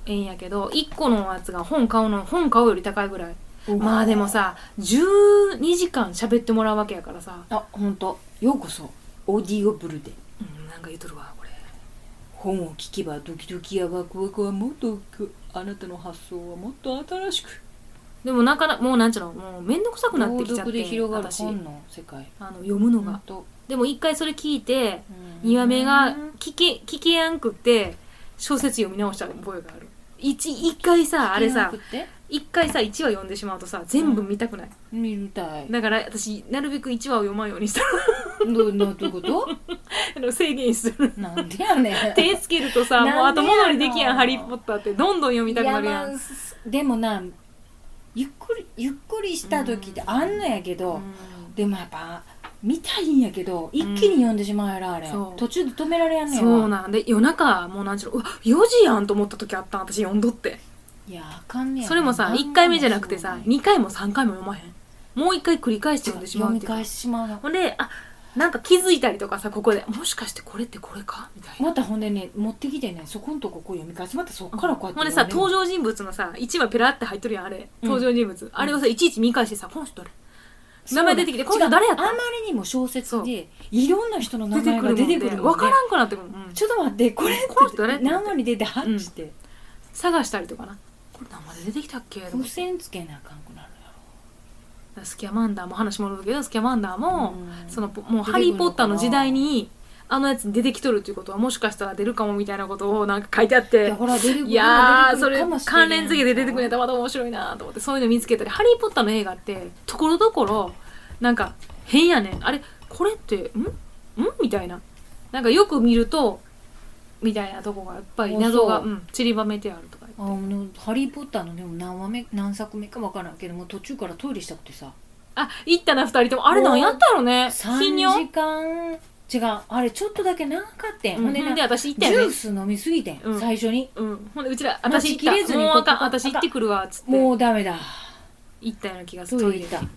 ええんやけど1個のやつが本買うの本買うより高いぐらいまあでもさ12時間喋ってもらうわけやからさ、
あ本当ようこそオーディオブルで
うん、なんか言うとるわこれ
本を聞けばドキドキやワクワクはもっとくあなたの発想はもっと新しく
でもなかなもうなんちゅうのもうめんどくさくなってきちゃっ
読
て
で広がる
私
本の世界
あの読むのが、
ほんと
でも一回それ聞いて
うん
2話目が聞け聞けやんくって小説読み直した覚えがある一一回さあれさ
聞けなくて
一回さ1話読んでしまうとさ全部見たくない、
見たい
だから私なるべく1話を読まんようにした
どどういうこと
あの制限す る
なんでやねん
手つけるとさ
なんでや
もう
の
後戻りできやん「ハリー・ポッター」ってどんどん読みたくなるや
いやま
ん
あすでもなゆっくりゆっくりした時ってあんのやけど、でもやっぱ見たいんやけど一気に読んでしまうやろあれ、
そう
途中で止められやんねんわ
そうなんで夜中もう何時ろうわ4時やんと思った時あったん私読んどって
いやあかんねや
それもさ
あんなの
1回目じゃなくてさ
そうね
2回も3回も読まへんもう1回繰り返して読んでしまうっ
読み
ていうか
返してしまうの
ほんであなんか気づいたりとかさここでもしかしてこれってこれかみたいな
またほんでね持ってきてねそこんとここう読み返してまたそっからこうやって
ほんでさ登
場
場人物のさ1話ペラって入っとるやんあれ
うん
登場人物、あれをさいちいち見返してさこの人誰名前出てきてこの人誰やっ
あ
た
まりにも小説でいろんな人の名
出て
前
く
が
る
出
出
て
て
く
く
る
る
もんね
分からんくなってくる、うん
ちょっと待ってこれって
この人誰
何割出ては
うん
っつって、
探したりとかなこれ名前出てきたっけとか
付箋つけなあかんくなるや
スキャマンダーも話戻るけどスキャマンダー
ろ
も、
うん
そのもう「
出てくるのかな
ハリー・ポッター」の時代にあのやつに出てきとるっていうことはもしかしたら出るかもみたいなことをなんか書いてあっ
い
て
やほら出てくる
いやーそれ
出てくるかもしれん
関連付けで出てくるんやったらまた面白いなと思ってそういうの見つけたり「ハリー・ポッター」の映画ってところどころなんか変やねんあれこれってんんみたいななんかよく見るとみたいなとこがやっぱり謎が
あ
う、、
そうん
散りばめてあるとか
あのハリー・ポッター」のでも何話目何作目か分からんけども途中からトイレしたくてさ
あ行ったな二人ともあれなんやったやろね頻
3
尿
時間違うあれちょっとだけ長かってん、
うん
ほんで
ほ
なん
で
ジ
私行った
ュ
よ
ー
ね
ス飲みすぎてん、
うん
最初に
うん、ほんでうちら
待
私
ち
行
きれ
っ
ず
た
に
もうあかん
ここ
私行ってくるわっつって
もうダメだ
行ったような気がす
ト
る
イレ行った
うん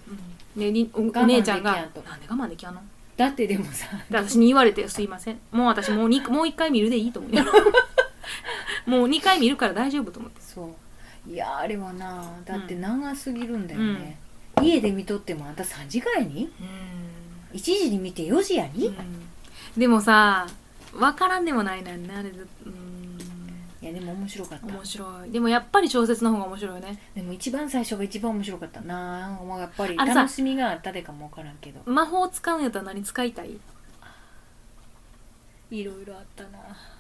でりお
慢
お姉ちゃんが
できやんと
なんで我慢できやんの
だってでもさ
で私に言われて「すいませんもう私もうにもう一回見るでいい」と 思うよもう2回見るから大丈夫と思って
そういやあれはなだって長すぎるんだよね、家で見とってもあんた3時ぐらいに
うん
1時に見て4時やに、い
でもさ分からんでもないなんねあれずうん
やでも面白かった
面白いでもやっぱり小説の方が面白いよね
でも一番最初が一番面白かったなもうやっぱり
あれさ
楽しみがあったでかも分からんけど
魔法使うんやったら何使いたい
いろいろあったな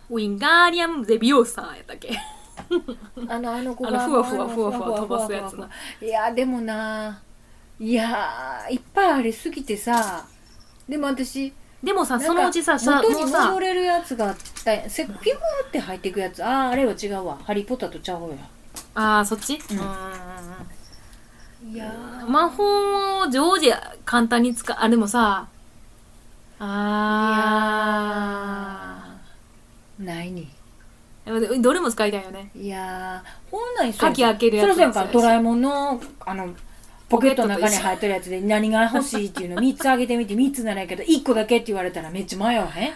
ウィンガーリアム・ゼビオーサーやったっけ
あのあの子
あの
が
ふわふわふわふわ飛ばすやつない
やでもないやーいっぱいありすぎてさでも私
でもさ
なんか
そのうちささ
元
もう
に
さ
戻れるやつがあったやんせピューって入っていくやつあああれは違うわ「ハリー・ポッター」とちゃうわよ
ああそっち、
ん
うんうん
いや
うん、魔法を常時簡単に使うあでもさあ
ないに
ーでもどれも使いたいよね
いやー本来そう
鍵開けるやつ
そうそうやんか
もそ
ド
う
ラ
や
えもんのあのポケットの中に入ってるやつで何が欲しいっていうの3つあげてみて3つならやけど1個だけって言われたらめっちゃ迷わへん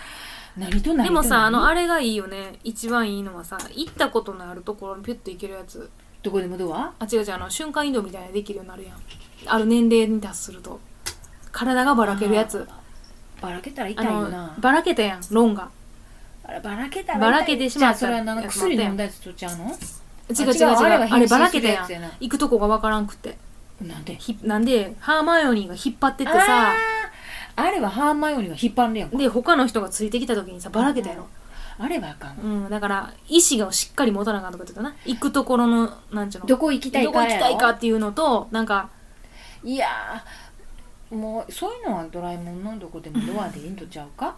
何と何と何
しでもさあのあれがいいよね一番いいのはさ行ったことのあるところにピュッと行けるやつ
どこでもドア
あ違う違うあの瞬間移動みたいなのできるようになるやんある年齢に達すると体がばらけるやつ
ばらけたら痛
あ
いよ
の
な
ばらけたやん論が
あればらけたら
ばらけてしまった
じゃあそれは何薬飲んだやつとちゃうの
違う違
あ
う違
違う
う
あれは
あればらけた
変身
やん
するやつやな
行くとこがわからんくて
なんで
ひなんでハーマイオニーが引っ張ってってさ
あーあれはハーマイオニーが引っ張んねやんか
で他の人がついてきた時にさばらけたやろ、
あれはあかん
うんだから意思がしっかり持たなあかんとか言ってたな行くところのなんちゅうの
どこ行きたい
どこ
か
行
や
き
ろ
たいかっていうのとなんか
いやーもうそういうのはドラえもんのどこでもドアでいいんとちゃうか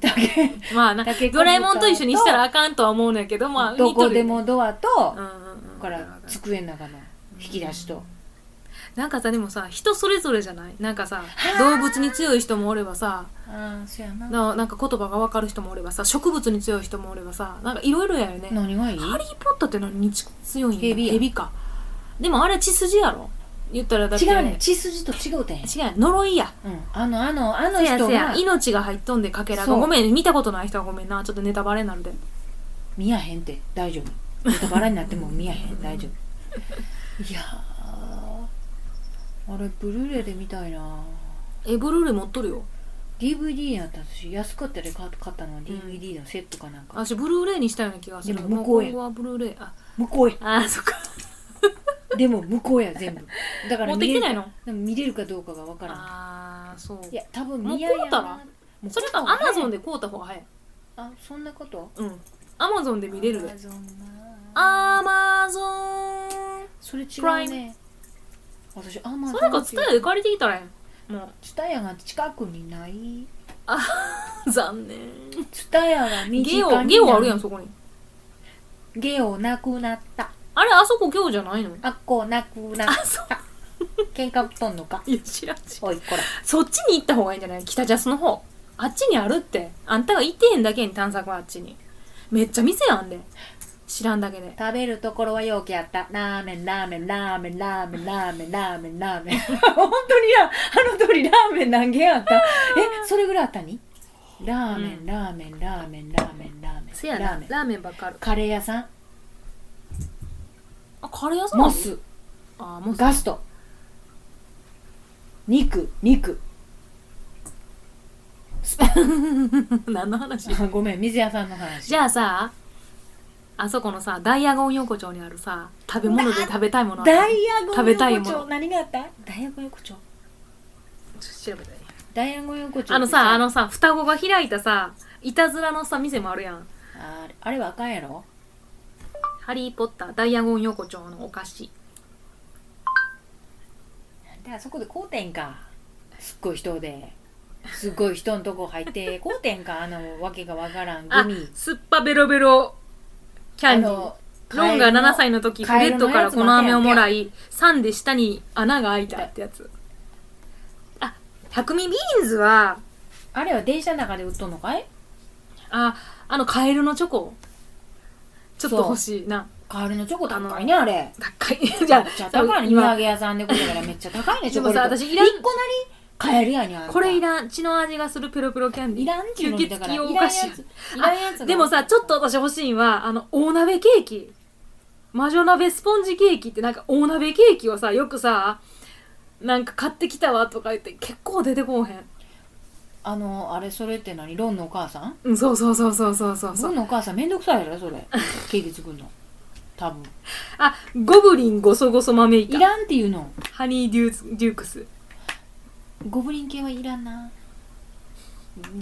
だけ
まあな
だけ
ドラえもんと一緒にしたらあかんとは思うんやけどまあ
どこ
見とる
でもドアと、
う
こ
んうんうん
こから机の中の引き出しと、
なんかさでもさ人それぞれじゃないなんかさ動物に強い人もおればさ
ああそやな
ななんか言葉がわかる人もおればさ植物に強い人もおればさなんかいろいろやよね
何がいい
ハリー・ポッターって何に強いんや
蛇や
蛇かでもあれ血筋やろ言ったらだって
違うねん血筋と違うてん、
違うやん呪いや
うん、あのあのあの
せや
人
せや
が
命が入っとんでかけら
そ
が
う
ごめん見たことない人はごめんなちょっとネタバレになるで
見やへんって大丈夫ネタバラになっても見やへん大丈夫いやーあれブルーレイで見たいな
えブルーレイ持っとるよ
DVD やったし安かったで買買ったのは DVD のセットかなんか、
私ブルーレイにしたような気がする
でも向こうや
も今後はブルーレイあ
向こうや
あーそっか
でも向こうや全部だから
持ってきてないいの
でも見れるかどうかが分からん
ああそう
いや多分
もう
見合いや
買うたら
なもう
それか
買うた
ア
ら
マゾンで買うた方が早い
あそんなこと
うんアマゾンで見れるで
Amazon な
アマゾン
それ違うね私アマゾン
それかツタヤで借りてきたらええんも
ツタヤが近くにないう
残念
ツタヤが身近
ゲ
にな
オ
い
ゲオあるやんそこに
ゲオなくなった
あれあそこゲオじゃないの
あっこなくなった喧嘩ぶっとんのか
いや知らん知らん
おいこら
そっちに行った方がいいんじゃない北ジャスの方あっちにあるってあんたが行ってへんだけに探索はあっちにめっちゃ店あんで知らんだけで
食べるところは容器あったラーメンラーメンラーメンラーメンラーメンラーメンラーメン本当になあの通りラーメン何軒あったえそれぐらいあったにラーメ
う
ンラーメンラーメンラーメンラーメン
せや
ラ
な
ーメン
ラーメンばっかある
カレー屋さん
あカレー屋さんあ
モ
る
ス
あモス
ガスト肉肉
何の話
あごめん水屋さんの話
じゃあさあそこのさダイヤゴン横丁にあるさ食べ物で食べたいものある
ダイヤゴン
食べたい
横
もの
丁何があったダイヤゴン横丁
調べたい
ダイヤゴン横丁って
あのさあのさ双子が開いたさいたずらのさ店もあるやん
あれあれはあかんやろ
「ハリー・ポッターダイヤゴン横丁のお菓子
なんであそこで買うてんかすっごい人ですっごい人のとこ 入って買うてんかあのわけがわからん」
あ
グミ
すっぱベロベロキャンディー
の
ロンが7歳の時フ
カ
レ
エル
ッ
の
ドからこの飴をもら
や
い3で下に穴が開いたってやつあ百味ビーンズは
あれは電車の中で売っとんのかい
ああのカエルのチョコちょっと
そう
欲しいな
カエルのチョコ高いねあれ
高いじゃ
めっちゃ
あ
高いね土
今
産屋さんでこれからめっちゃ高いねチ
で
ョコ
もさ
レート
私いらん
一個なりカエルやにゃ
これい
ん
らん血の味がするペロペロキャンディー
いらんっていう
吸
の
血
だから
鬼用
い
お
らん
菓
や
子
ついらんやつが
でもさちょっと私欲しいんはあの大鍋ケーキ魔女鍋スポンジケーキってなんか大鍋ケーキをさよくさなんか買ってきたわとか言って結構出てこうへん
あのあれそれって何ロンのお母さん
うんそうそうそうそうそうそうそ
ロ
う
ンのお母さんめんどくさいやろ それケーキ作るの多分
あゴブリンゴソゴソ豆い
い
から
んっていうの
ハニーデュースデュークス
ゴブリン系はいらんな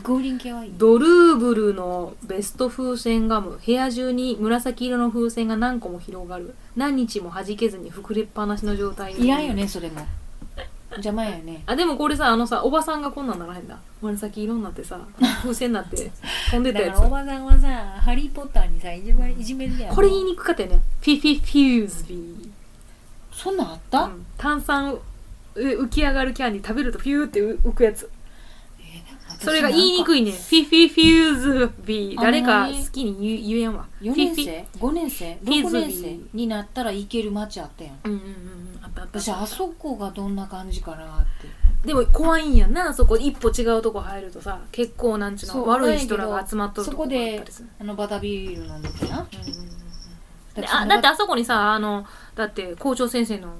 ゴブリン系はいい
ドルーブルのベスト風船ガム部屋中に紫色の風船が何個も広がる何日も弾けずに膨れっぱなしの状態に
いらんよねそれも邪魔やよね
あでもこれさあのさおばさんがこんなんならへんだ紫色になってさ風船になって飛んで
だ
たや
からお
つ
ばさんはさ「ハリー・ポッター」にさいじめいじめるやん
これ言いにくかったよねフィフィフューズビ
そんなんあっ
ー、
た、
うん炭酸う浮き上がるキャンディー食べるとフューってう浮くやつそれが言いに
い
くいねフィフィフューズビー
あんま
誰
り
か好きに言う言えんわ
4年生5年生
フィ
6
ズビー
年生になったら行ける街あったやん
うんうんうんあったあった
私あそこがどんな感じかなって
でも怖いんやんなそこ一歩違うとこ入るとさ結構なんちゅう
そ
の
う
悪い人らが集まっとると
そ
こ
こ
もあった
で
りする
あのバタビール飲んでてな
で
から
あだってあそこにさあのだって校長先生の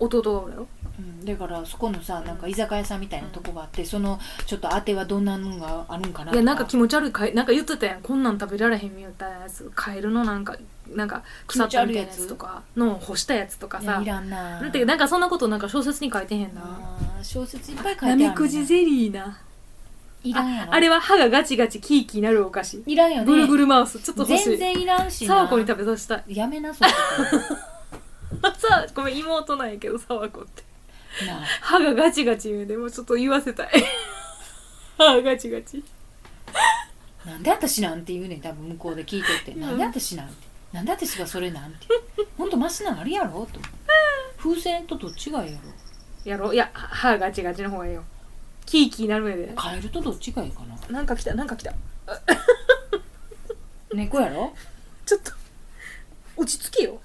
弟がおるやろ
うん、だからそこのさなんか居酒屋さんみたいなとこがあって、そのちょっとあてはどんなのがあるんかなと
いやなんか気持ち悪いかなんか言ってたやんこんなん食べられへんみたいなやつカエルのなんかなんか腐ったみたいなやつとかの干したやつとか
いや
さ
いらんな
なんていうかなんかそんなことなんか小説に書いてへんな
あー小説いっぱい書いてあ
な
るね
めくじゼリーない
らんや
あ
ろ
あれは歯がガチガチキーキーなるお菓子
いらんよね
ぐるぐるマウスちょっと欲し
全
い
然いらんしな
サワコに食べさせたい
やめなそういうこ
さあごめん妹なんやけどさわこって
となあ
歯がガチガチ言うんでもうちょっと言わせた い歯がガチガチ
なんで私なんて言うねん多分向こうで聞いてって、なんで私なんてなんで私がそれなんてほんとマシなんあるやろと思って風船とどっちがええやろ
やろいや歯ガチガチの方がいいよキーキーなるんやで
カエルとどっちがええかな
なんか来たなんか来た
猫やろ
ちょっと落ち着 けよ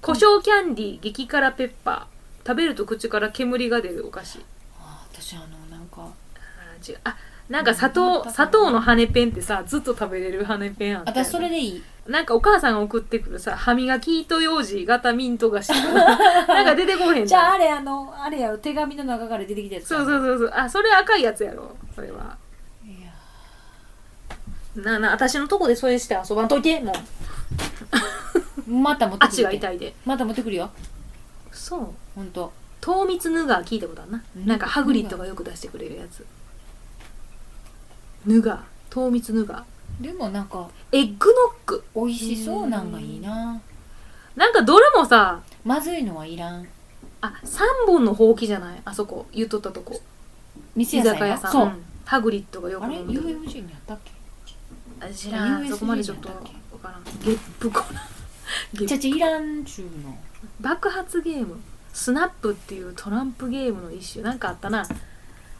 胡椒キャンディー激辛ペッパー食べると口から煙が出るお菓子
あー私あのなんか
あー違うあなんか砂糖砂糖の羽根ペンってさずっと食べれる羽根ペンあったよね
私それでいい
なんかお母さんが送ってくるさ歯磨き糸ようじ型ミント菓子 なんか出てこへんの
じゃああれあのあれやろ手紙の中から出てきたやつ
そうそうそうそうあそれ赤いやつやろそれはい
や
なあなあ私のとこでそれして遊ばんといてもう
また持ってくる
足が痛いで
また持ってくるよ
そう
ほんと
糖蜜ヌガー聞いたことあるな、
うん
なんかハグリッドがよく出してくれるやつヌガー糖蜜ヌガー
でもなんか
エッグノック
美味しそうなんがいいな
なんかどれもさ
まずいのはいらん
あ三本のほうきじゃないあそこ言っとったとこ
店
居
屋さん
酒屋さん
そううん
ハグリッドがよく
あれ
飲んでる
UMG にあったっけ
あ知らん
USJ
そこまでちょっと
だ
わ
っけ
からんゲップかなゲッ
ち
プ
ゃちゃいらんちゅうの
爆発ゲームスナップっていうトランプゲームの一種なんかあったな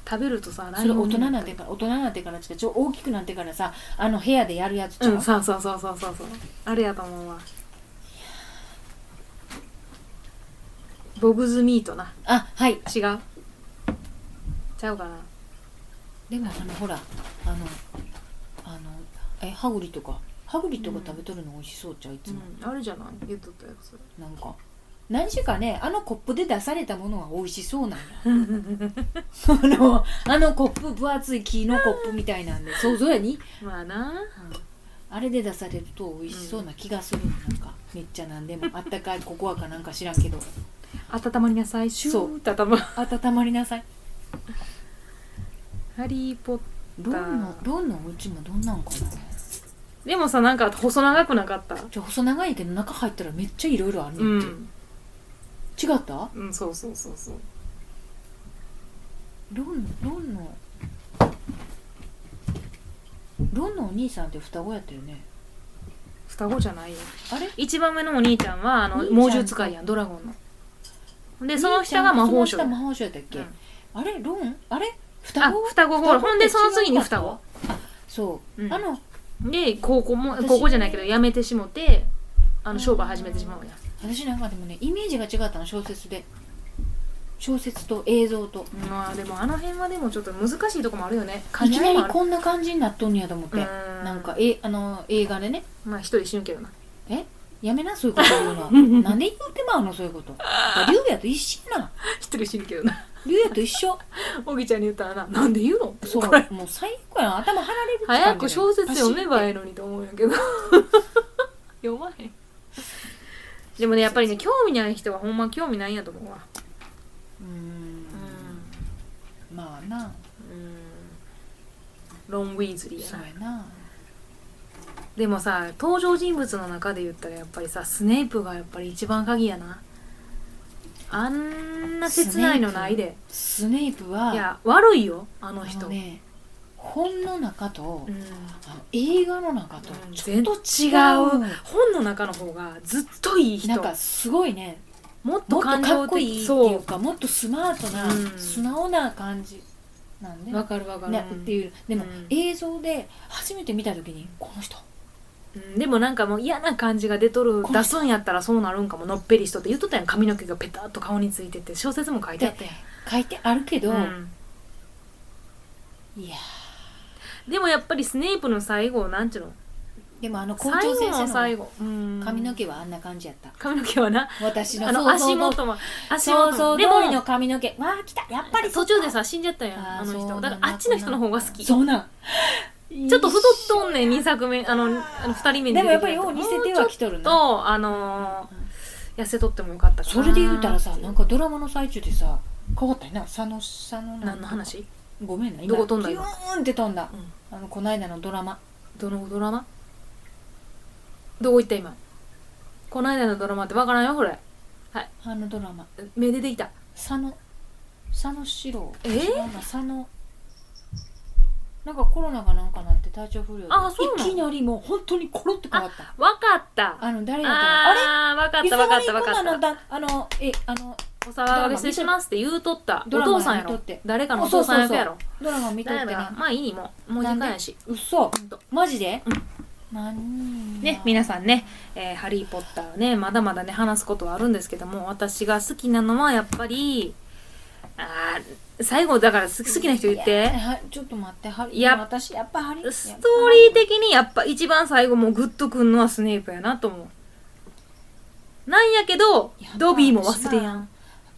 食べるとさ
それ大人になっ
ライオン
て
に
から大人になってからちょっと大きくなってからさあの部屋でやるやつちゃ
うんそうそうそうそうそうそうあれやと思うわボグズミートな
あはい
違うちゃうかな
でもあのほらあのあのえハグリとかハグリとか食べとるの美味しそうちゃういつも、
うん、あれじゃない言っとったやつ
なんか何時かねあのコップで出されたものは美味しそう なんやあのあのコップ分厚い木のコップみたいなんで想像やに
まあな
あれで出されると美味しそうな気がする、なんかめっちゃ何でもあったかいココアかなんか知らんけど
温まりなさいシュ
そう
ーって温まる
温まりなさい
ハリー・ポッター
ロンのロンのお家もどんなんかな
でもさなんか細長くなかった
じゃあ細長いけど中入ったらめっちゃいろいろあるね
うん
って、
ん、
違った
うん、そうそうそうそう
ロンロンのロンのお兄さんって双子やったよね
双子じゃないよ
あれ
一番上のお兄ちゃんはあ
兄
の
ちゃん
猛獣使いやんドラゴンのでその下が魔法
そ
省
の下魔法省やったっけ、
うん
あれロンあれ双
あ
子
双子ほらほんでその次に双
あ
子
そう、
うん
あの
で高校も
私
高校じゃないけど辞めてしもてあの商売始めてしまうやん
私なんかでもねイメージが違ったの小説で小説と映像と
まあでもあの辺はでもちょっと難しいとこもあるよね
いきなり
兼ね合いもある
こんな感じになっとんやと思って
うーん
なんかえあの映画でね
まあ一人死ぬけどな
やめなそういうこと言うのなんで言うてまうのそういうこと竜也と一緒やな
一人死ぬけどな
竜也と一緒
おぎちゃんに言ったらななんで言うの
そう
怒られる
もう最悪やん頭張られるって感じだよ
早く小説読めばええのにと思うんや けど読まへんでもねやっぱりね興味ない人はほんま興味ないんやと思うわ
うーん
う
まあなん
ロン・ウィーズリー
そ
や
う
な
やな
でもさ登場人物の中で言ったらやっぱりさスネイプがやっぱり一番鍵やなあんな切ないのないで
スネイプはい
や悪いよあの
あ
人
のね本の中と、
うん
あの映画の中と
うん
ちょっと違
全
う、
然本の中の方がずっといい人
なんかすごいね
もっと
もっと
感
か
情
っこ
的
いいって
そ
いううかもっとスマートな、
うん
素直な感じなんで
わかるわかる、
ね、っていうでも、
うん
映像で初めて見た時にこの人
うんでもなんかもう嫌な感じが出とる
この人
出すんやったらそうなるんかものっぺりしとって言っとったやん髪の毛がペタッと顔についてて小説も書いてあったやん
書いてあるけど、
うん
いや
でもやっぱりスネイプの最後なんちゅうの
ーでもあの校
最
長
後
先
の
生
最
の
後うん
髪の毛はあんな感じやった
髪の毛はな
私の
あの
想像
足元も足
想
元
像
も
通
で
りの
も
髪の毛わあ来たやっぱりそ
途
っか
中でさ死んじゃったやん
あー
あの
そうなん
人
だ
だからあっちの人の方が好きちょ
そうなん
っと太っとんねん2作目あのあの2人目に
で
出
もやっぱりよう似せてはきとる
ちょっ
な
とあのー痩せとってもよかったかな
それで言うたらさなんかドラマの最中でさ変わったよな佐野佐野なんとか
何の話
ごめんな
どこ飛んだ
ビュ
今
ーンって飛んだ、
う
あのこの間のドラマ
どのドラマどこ行った今この間のドラマってわからんよこれ
あのドラマ
目出てきた
佐野佐野史郎
え
違うな佐野なんかコロナがなんかなって体調不良で
あそうなん
いきなりもう本当にコロって変わった
わかった
あの誰やったのあれ
あーわかったわかったわかった
磯森コナンのだあのえあの
お騒がせしますって言うとったお
ドラマ
父さんや
見と
ろ
って
誰かのお父さん役やろ
ドラマ見とって
誰
ね
やろまあいいもうもう時間やしほ
嘘
んと
マジで、
う
何
ね、皆さんね「えーハリー・ポッター」ねまだまだね話すことはあるんですけども私が好きなのはやっぱりあー最後だから好き好きな人言っ
い
て
やはちょっと待ってはり
やっ
私やっぱハリ
ストーリー
で
的にやっぱ一番最後もうグッとくんのはスネープやなと思うなんやけどドビーも忘れやん
やっ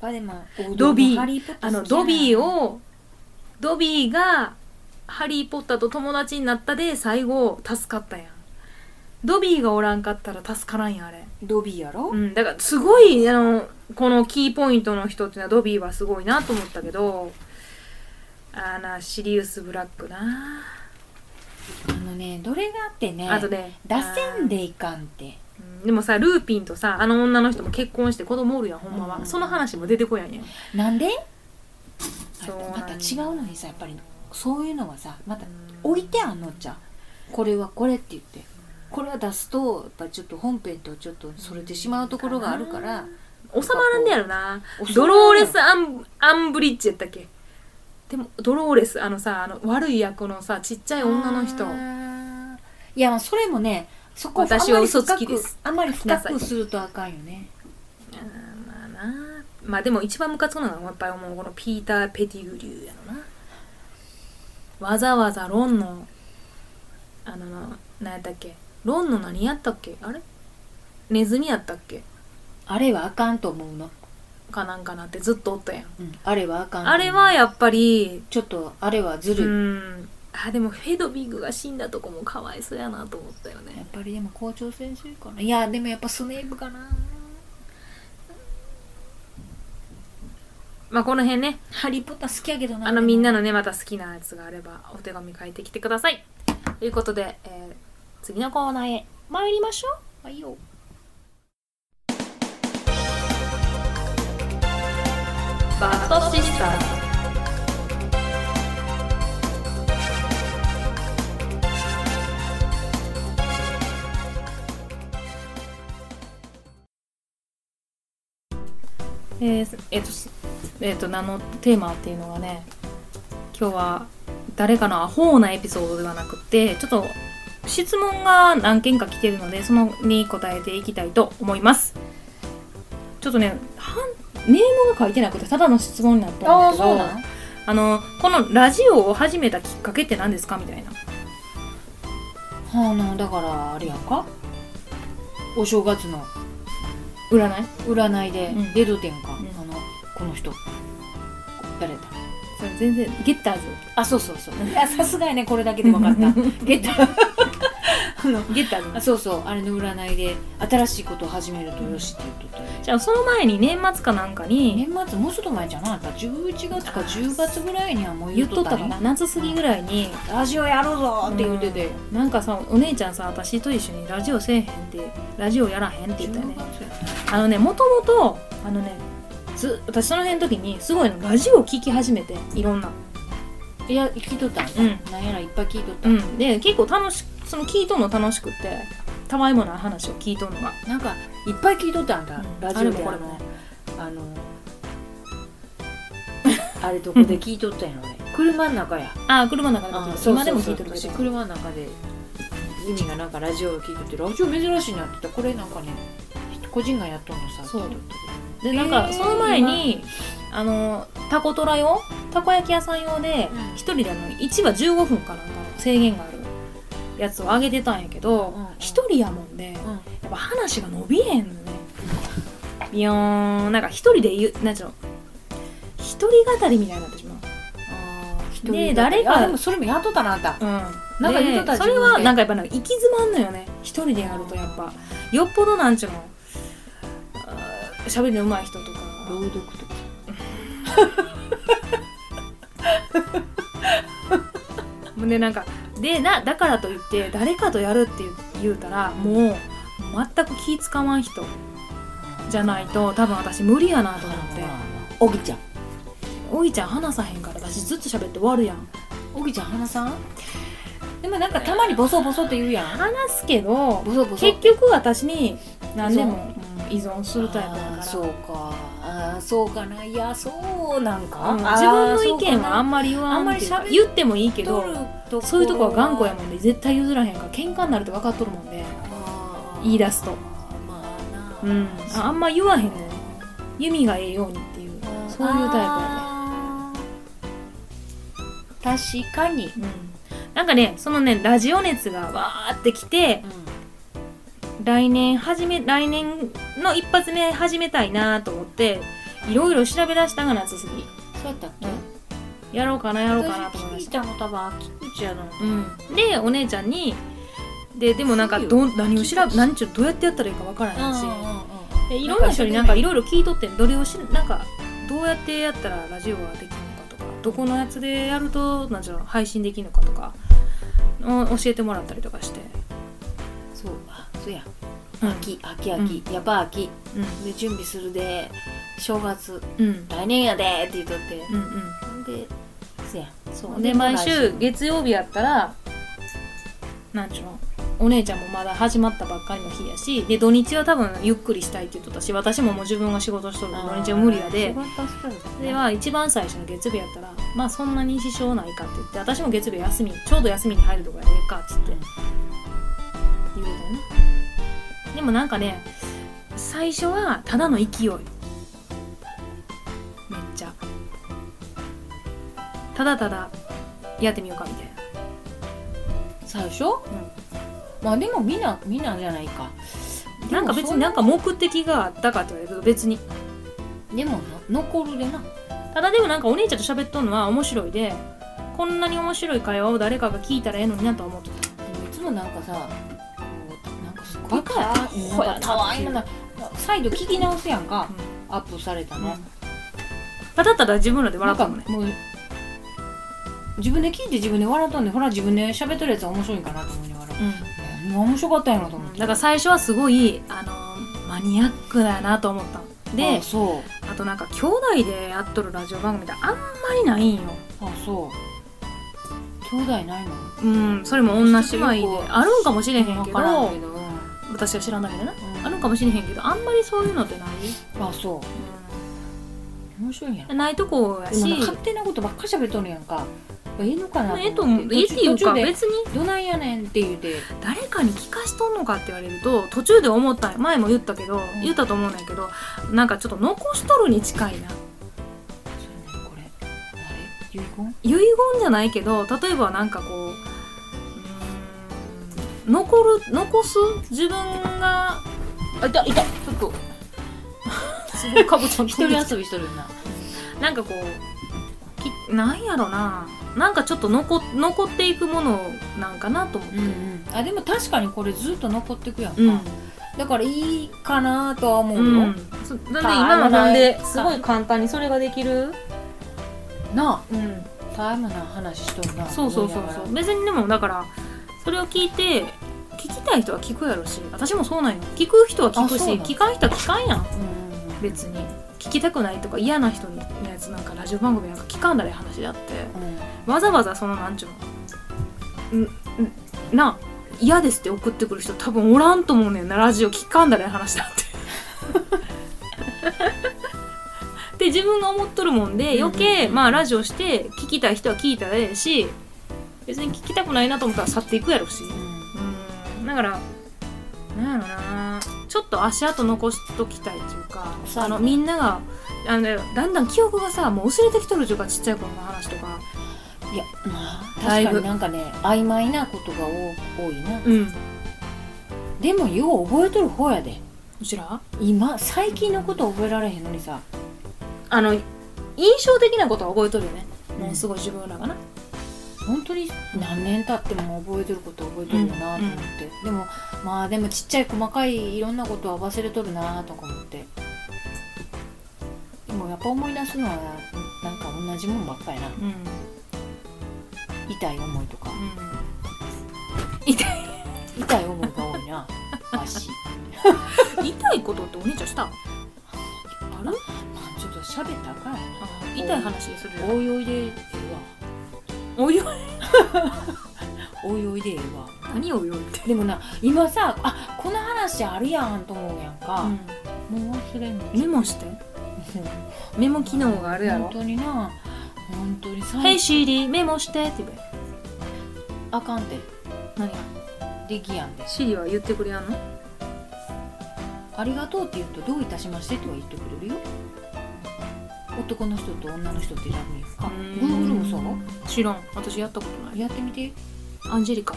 ぱでも
ドビー
ハリーポッタ
あ
ー
の
好きやな
ドビーをドビーがハリー・ポッターと友達になったで最後助かったやんドビーがおらんかったら助からんやんあれ
ドビーやろ、
うん、だからすごいあのこのキーポイントの人っていうのはドビーはすごいなと思ったけどあのシリウス・ブラックな、
あのねどれがあってね
あとね
出せんでいかんって
うんでもさルーピンとさあの女の人も結婚して子供おるやんほんまは、その話も出てこやねん
なんで
そうなんよ
また違うのにさやっぱりそういうのはさまた置いてあんのじゃんこれはこれって言ってこれは出すとやっぱりちょっと本編とちょっとそれてしまうところがあるから
収まらんねやろな
収
ド
まらん
ローレスアンアンブリッジやったっけでもドローレスあのさあの悪い役のさちっちゃい女の人
あーいやそれもねそこ
私は嘘つきです
あんまり深
聞きなさ
く
い
するとあかんよね
まあなまあでも一番ムカつくのがやっぱりもうこのピーター・ペティグリューやろなわざわざロンのあの何やったっけロンの何やったっけあれネズミやったっけ
あれはあかんと思うの、
かなんかなってずっとおったやん
うん、あれはあかんと思う
あれはやっぱり
ちょっとあれはず
う
るい、
んあでもフェドビグが死んだとこもかわいそうやなと思ったよ
やっ
ね
ぱりでも校長先生かないやでもやっぱスネープかな
まあこの辺ね
ハリー・ポッター好きやけどな
あのみんな
の
のねまた好きなやつがあればお手紙書いてきてくださいということで、えー次のコーナーへ参りましょう
はいよ
バッドシスターズ
えーえっとすえっと何のテーマっていうのがね今日は誰かのアホなエピソードではなくってちょっと質問が何件か来てるのでそのに答えていきたいと思いますちょっとねはんネームが書いてなくてただの質問になったんだけど
の
あのこのラジオを始めたきっかけって何ですかみたいな
あのだからあれやんかお正月の
占い
占いで
うん
出とてんか、
ん
あのこの人誰だ
それ全然ゲッターズ
あそうそうそういやさすがやねこれだ けで分かった ゲッタあの
ゲッターズ
あ そうそうあれの占いで新しいことを始めるとよしって言っとったよ
じゃあその前に年末かなんかに
年末もうちょっと前じゃないか11月か10月ぐらいにはもう
言
言
っ
っ
と
と
っ
った
た
ね
かな夏過ぎぐらいに
ラジオやろうぞって言うてて、
うんなんかさお姉ちゃんさ私と一緒にラジオせえへんってラジオやらへんって言ったよねあのねもともとあのねず私その辺の時にすごいのラジオ聞き始めていろんない
や聞いとったん
う
や
ん
なんやらいっぱい聞いとった、
うんで結構楽しその聞いとんの楽しくってたわいもない話を聞いとんのが
なんかいっぱい聞いとったんだ、
うん
ラジ
あれ
オで
もこ
こ
れ
れ
も
もあのあれどこで聞いとったんやろ ね車の中や
ああ車の中で
あ
聞いて
そ
る今
うそう
で
そう
も聞いてるけ
私
ど
車の中で意味がなんかラジオを聞いとってラジオ珍しいなって言ったらこれなんかね個人がやっとんのさ
そう
聞いとったけど
でなんか
えー
その前に、あのタコトラ用たこ焼き屋さん用で
うん
一人であの1話15分かなんかの制限があるやつをあげてたんやけど
うんうん
一、人やもんで、
ん
やっぱ話が伸びへんのねビヨーンなんか一人で言うなんちゅうの一人語りみたいになってしまう
あー一人
で
で
誰
誰
か
かでもそれもやっとったなあんた
うん、
なんか
で
言うとった
それ
自分
は
で
なんかやっぱなんか行き詰まんのよね一人でやるとやっぱよっぽどなんちゅうのあー喋りの上手い人とか
朗読とか
でなんかでなだからといって誰かとやるって言うたらもう全く気使わん人じゃないと多分私無理やなと思って
おぎちゃん
おいちゃん話さへんから私ずっと喋って終わるやん
おぎちゃん花さんでもなんかたまにボソボソって言うやん
話すけど
ボソボソ
結局私に何でもうん依存するタイプだ
あー
か、
そうかあーそうかないやそうなんから
うん自分の意見はあ
んま
んまり言わんっていうか
あんまり喋っ
言ってもいいけど
ど
そういうとこは頑固やも
ん
んで絶対譲らへんから喧嘩になるって分かっとるもんで言い出すと
まあ
う
な、
んああんま言わへんのよ弓がええようにっていうそういうタイプやね
タイプ確かに、
なんかねそのねラジオ熱がわーってきて来年始め来年の一発目始めたいなと思っていろいろ調べ出したが夏す
そうやったっけ、
ぎやろうかなやろうかなと思いま
私
し
聞い
た、
たの多分秋口やの、
うん、でお姉ちゃんにででもなんかどん何を調べ何ちゅうどうやってやったらいいかわからへんし、でいろんな人になんかいろいろ聞いとってんどれをしなんかどうやってやったらラジオはできるのかとかどこのやつでやるとなんじゃろう配信できるのかとかを教えてもらったりとかして
そうあそうや
うん
秋秋秋、やば秋
う
で準備するで正月
んうん
来年やでって言っとって
うんうん
ほんでせやそう
で毎週月曜日やったらなんちゅうのお姉ちゃんもまだ始まったばっかりの日やしで土日は多分ゆっくりしたいって言っとったし私ももう自分が仕事しとるから土日は無理やででは一番最初の月曜日やったらまあそんなに支障ないかって言って私も月曜日休みちょうど休みに入るとこやでええかっつって言うたよねでもなんかね最初はただの勢いめっちゃただただやってみようかみたいな
最初、まあでもみんなみんなじゃないか
なんか別になんか目的があったかって言われると別に
でもな残るでな
ただでもなんかお姉ちゃんと喋っとるのは面白いでこんなに面白い会話を誰かが聞いたらええのになとは思ってた
でもいつもなんかさこうなんかすごい
バカや
たなんかたわいもない再度聞き直すやんか、アップされたの、
ただただ自分らで
な
笑
ん
っ
か
たもんね
もう自分で聞いて自分で笑っとんねんほら自分で喋ってるやつは面白いんかなって思って笑
う
うもう面白かったんやろと思っ
ん
て、
だから最初はすごい、あのーマニアックだなと思ったの
あ
で
そう
あとなんか兄弟でやっとるラジオ番組ってあんまりないんよ
あそう兄弟ないの
うんそれも女姉妹であるんかもしれへんけ
分
ど
からんけど、うん
私は知らんだけどなあ
あ
るんかもしれへんけどあんまりそういうのってない、
あそう面白いんやな
ないとこや
でも
し
な勝手なことばっかり喋っとるやんかええのかな
えっと
思
思うええっていうか
途中で
別に
どないやねんって言うて
誰かに聞かしとんのかって言われると途中で思ったんよ前も言ったけど、
ん
言ったと思うんだけどなんかちょっと残しとるに近いな
それねこれあれ遺言
遺言じゃないけど例えばなんかこううーん残る残す自分があいたいたちょっとすごいかぶ ちゃん飛んでき
一人遊びしとるな
たなんかこうきなんやろななんかちょっと残残っていくものなんかなと思って、
あでも確かにこれずっと残ってくやんか、
うん
だからいいかなとは思うよ、
うん、そなんで今のなんですごい簡単にそれができる
な
うん
あたわいもない話しとるな
そうそうそう
思いな
そ
が
う別にでもだからそれを聞いて聞きたい人は聞くやろし私もそうなんよ聞く人は聞く
あ
し
そうなん
聞かん人は聞かんやん
らうん
別に聞きたくないとか嫌な人のやつなんかラジオ番組なんか聞かんだらいい話であって
うん
わざわざそのなんちゅうのんんなあ嫌ですって送ってくる人多分おらんと思うねんなラジオ聞かんだらいい話だ って。で自分が思っとるもんで余計、まあラジオして聞きたい人は聞いたらええし別に聞きたくないなと思ったら去っていくやろし。
うん
うんだからなんやろなちょっと足跡残しときたいっていうか
そう
あのみんながあのだんだん記憶がさもう薄れてきとるっていうかちっちゃい頃の話とか
いやまあ
だいぶ
確かになんかね曖昧なことが多多いな
うん
でもよう覚えとる方やで
うちら
今最近のこと覚えられへんのにさ
あの印象的なことは覚えとるよね、
ん
もうすごい自分らがな
本当に何年経っても覚えてることは覚えてるよなと思って、でもまあでもちっちゃい細かいいろんなことは忘れとるなとか思ってでもやっぱ思い出すのはなんか同じもんばっかりな
うん、うん、
痛い思いとか痛い思いが多い なわし、
痛いことってお姉ちゃんしたある
まあ、ちょっと喋ったらあかんやな
痛い話する
おいおいでえ
おおいおい
えわおいおいでええわ
何を言うって
でもな今さあこの話あるやんと思うやんか、もう忘れんの
メモしてメモ機能があるや
本
ろ
当にな本当にさ
「ヘイ Siri メモして」って言えばいい
あかんて
何が
できやんで
シリは言ってくれやんの
ありがとうって言うとどういたしましてとは言ってくれるよ男の人と女の人って選ぶんやんか Google もそう
知らん私やったことない
やってみて
アンジェリカ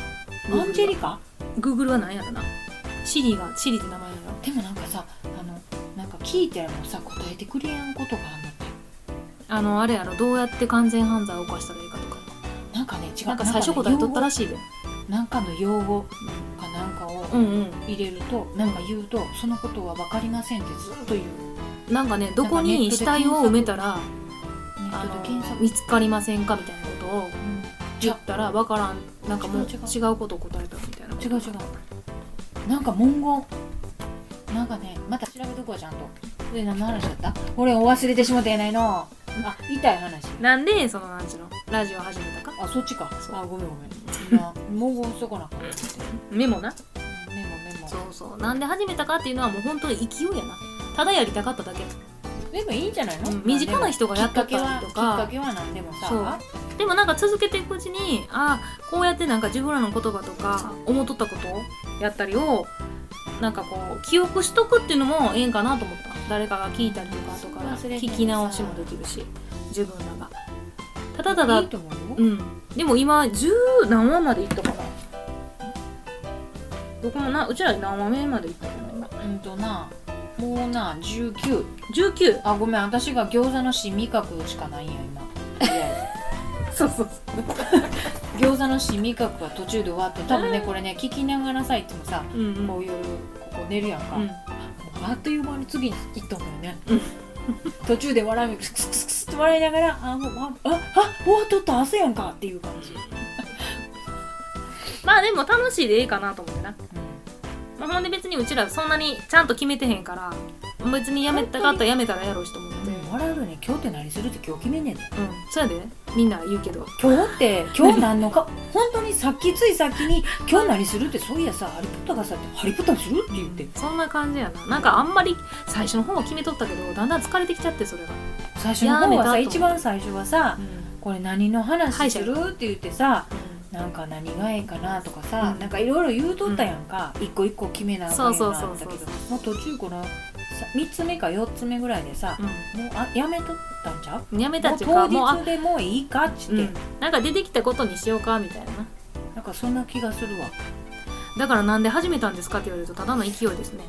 アンジェリカ
Google は何やろなシリがシリって名前やろ
でもなんかさあのなんか聞いてもさ答えてくれやんことがあんのって
あのあれやろどうやって完全犯罪を犯したらいいかとか
なんかね違う
なんか最初答えとったらしいで
なんかの用語なんかなんかを
うんうん
入れると、なんか言うとそのことは分かりませんってずっと言う
なんかねどこに死体を埋めたら
ネ
あ
ットで検
の
索
見つかりませんかみたいなことを
じ
言
ゃ
ったらわからんなんかもう
違う
違
違
うことを答えたみたいな
違う違うなんか文言なんかねまた調べとこうちゃんとで何の話だった俺お忘れてしもてやないのあ痛い話
なんでそのなんちゅうのラジオ始めたか
あそっちかあごめんご めん今文言しとかなあかった
メモな
メモメモ
そうそうなんで始めたかっていうのはもう本当に勢いやなただやりたかっただけ
でもいいんじゃないの、
うん身近な人がやった
きっか
ら
け
と
はきっ
か
かけは何でも
そう
さ
でもなんか続けていくうちにああこうやってなんか自分らの言葉とか思っとったことをやったりをなんかこう記憶しとくっていうのもええんかなと思った誰かが聞いたりとか後から
忘れへん
聞き直しもできるし自分らがただた
いい
だ
と思う
う
よ
んでも今十何話までいったかな僕もなうちら何話目までいったかな今
うんとなもうな19
19
あごめん私が餃子の新味覚しかないんや 今
そうそう
餃子の新味覚は途中で終わって多分ねこれね聞きながらさいつもさ
そううんうん
こう夜ここ寝るやんか、
うん
あっという間に次に行ったんだよね、
うん
途中で笑いクスクスクスクスって笑いながらあもうあああ終わっとった汗やんかっていう感じ、
まあでも楽しいでええかなと思ってなまあ、ほんで別にうちらそんなにちゃんと決めてへんから別にやめたかったらやめたらやろうしと思って、
で
うん
も笑うよね今日って何するって今日決めんねんで
そうやでみんな言うけど
今日って今日何のか本当にさっきついさっきに今日何するってそういやさハリポッターがさハリポッターするって言って
そんな感じやななんかあんまり最初の方は決めとったけどだんだん疲れてきちゃってそれが、
最初の方は
やめ
さ
たと
一番最初はさこれ何の話するって言ってさなんか何がええかなとかさ、
うん
なんかいろいろ言うとったやんか、一個一個決めなあかんや
そう
な
そうそう
って
そう
なったけどもう途中この3つ目か4つ目ぐらいでさ、もうあやめとったんちゃう
うんやめたっていう
も
か
う
もう
当日
あ、
でもういいかっつっ
う
て、
ん、なんか出てきたことにしようかみたいなな
なんかそんな気がするわ
だからなんで始めたんですかって言われるとただの勢いですね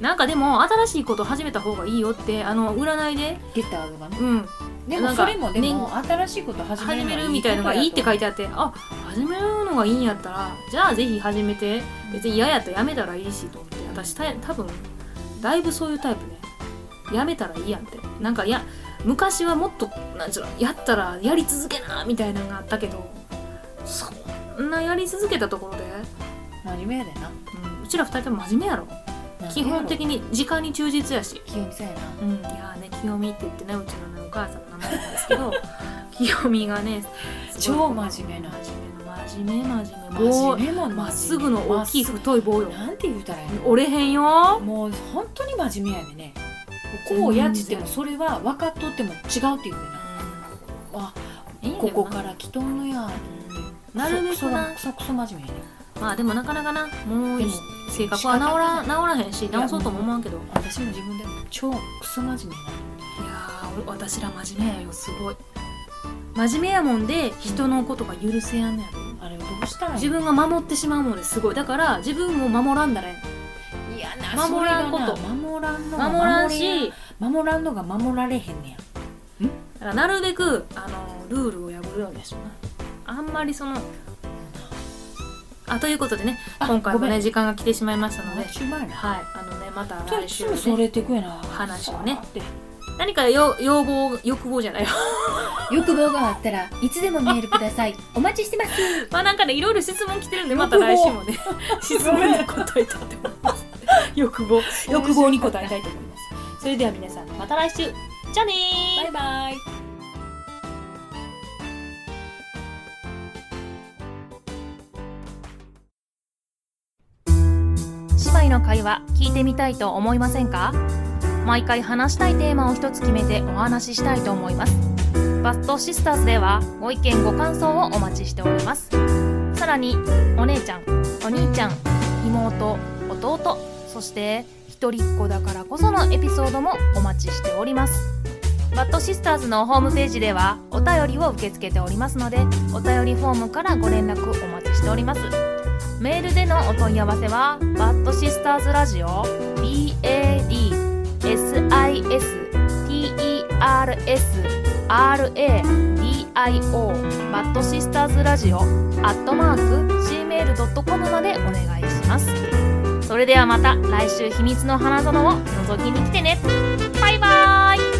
なんかでも新しいこと始めた方がいいよってあの占いで
ギターがね
うん
でも
なん
そ
か
れもでも、
ね
新しいこと始め
始
る
めるみたいなのがいいって書いてあってあ始めるのがいいんやったらじゃあぜひ始めて別に嫌やったらやめたらいいしと思って私た多分だいぶそういうタイプねやめたらいいやんってなんかいや昔はもっとなんちゅうのやったらやり続けなみたいなのがあったけどそんなやり続けたところで、
真面目やでな
うん、うちら二人とも真面目やろ基本的に時間に忠実やし
気温さやな
うん、いやーね清美って言ってねうちのねお母さんの名前なんですけ ど清美がねすごい
超真面目な
真面目な真面目真面目
真
棒
面目も真面目
まっすぐの大きい
まっ
太い棒
す
よ
ぐなんて言うたらいいの
折れへんよ
もう本当に真面目やでねこうやっちってもそれは分かっとっても違うっていうねんなあここからら来とんのや
なるべ
そ
くな
クソクソ真面目やね
まあでもなかなかなもう
でも
性格は治ら治らへんし
や
直そうとも思わんけどいや
私も自分でも超クソ真面目や
ーお私ら真面目やよすごい真面目やもんで人のことが許せやんのやろ
なあれどうしたらいい
自
の
分が守ってしまうもんですごいだから自分を守らんだね
いやな
守らんこと
それがな守らんのが
守らん
守れや
し
守らんのが守られへんねや
だからなるべくあのルールを破るようにしますあんまりそのあということでね
あ
今回も
ごめ
ね
ん
時間が来てしまいましたので
来週前な
はいあのねまた
どっ
来
ち
週、
もそ
ね、
れてくやな
話をね
さーって
何かよ要望欲望じゃないよ
欲望があったらいつでもメールくださいお待ちしてます
まあなんかねいろいろ質問来てるんでまた来週も ね質問に答えたいと思います欲望欲望に答えたいと思いますそれでは皆さんまた来週じゃあねー
バイバイ
姉妹の会話聞いてみたいと思いませんか毎回話したいテーマを一つ決めてお話ししたいと思いますバストシスターズではご意見ご感想をお待ちしておりますさらにお姉ちゃんお兄ちゃん妹弟そして一人っ子だからこそのエピソードもお待ちしておりますバッドシスターズのホームページではお便りを受け付けておりますのでお便りフォームからご連絡お待ちしておりますメールでのお問い合わせはバッドシスターズラジオ BADSISTERSRADIO バッドシスターズラジオアットマーク Gmail.com までお願いしますそれではまた来週秘密の花園を覗きに来てねバイバーイ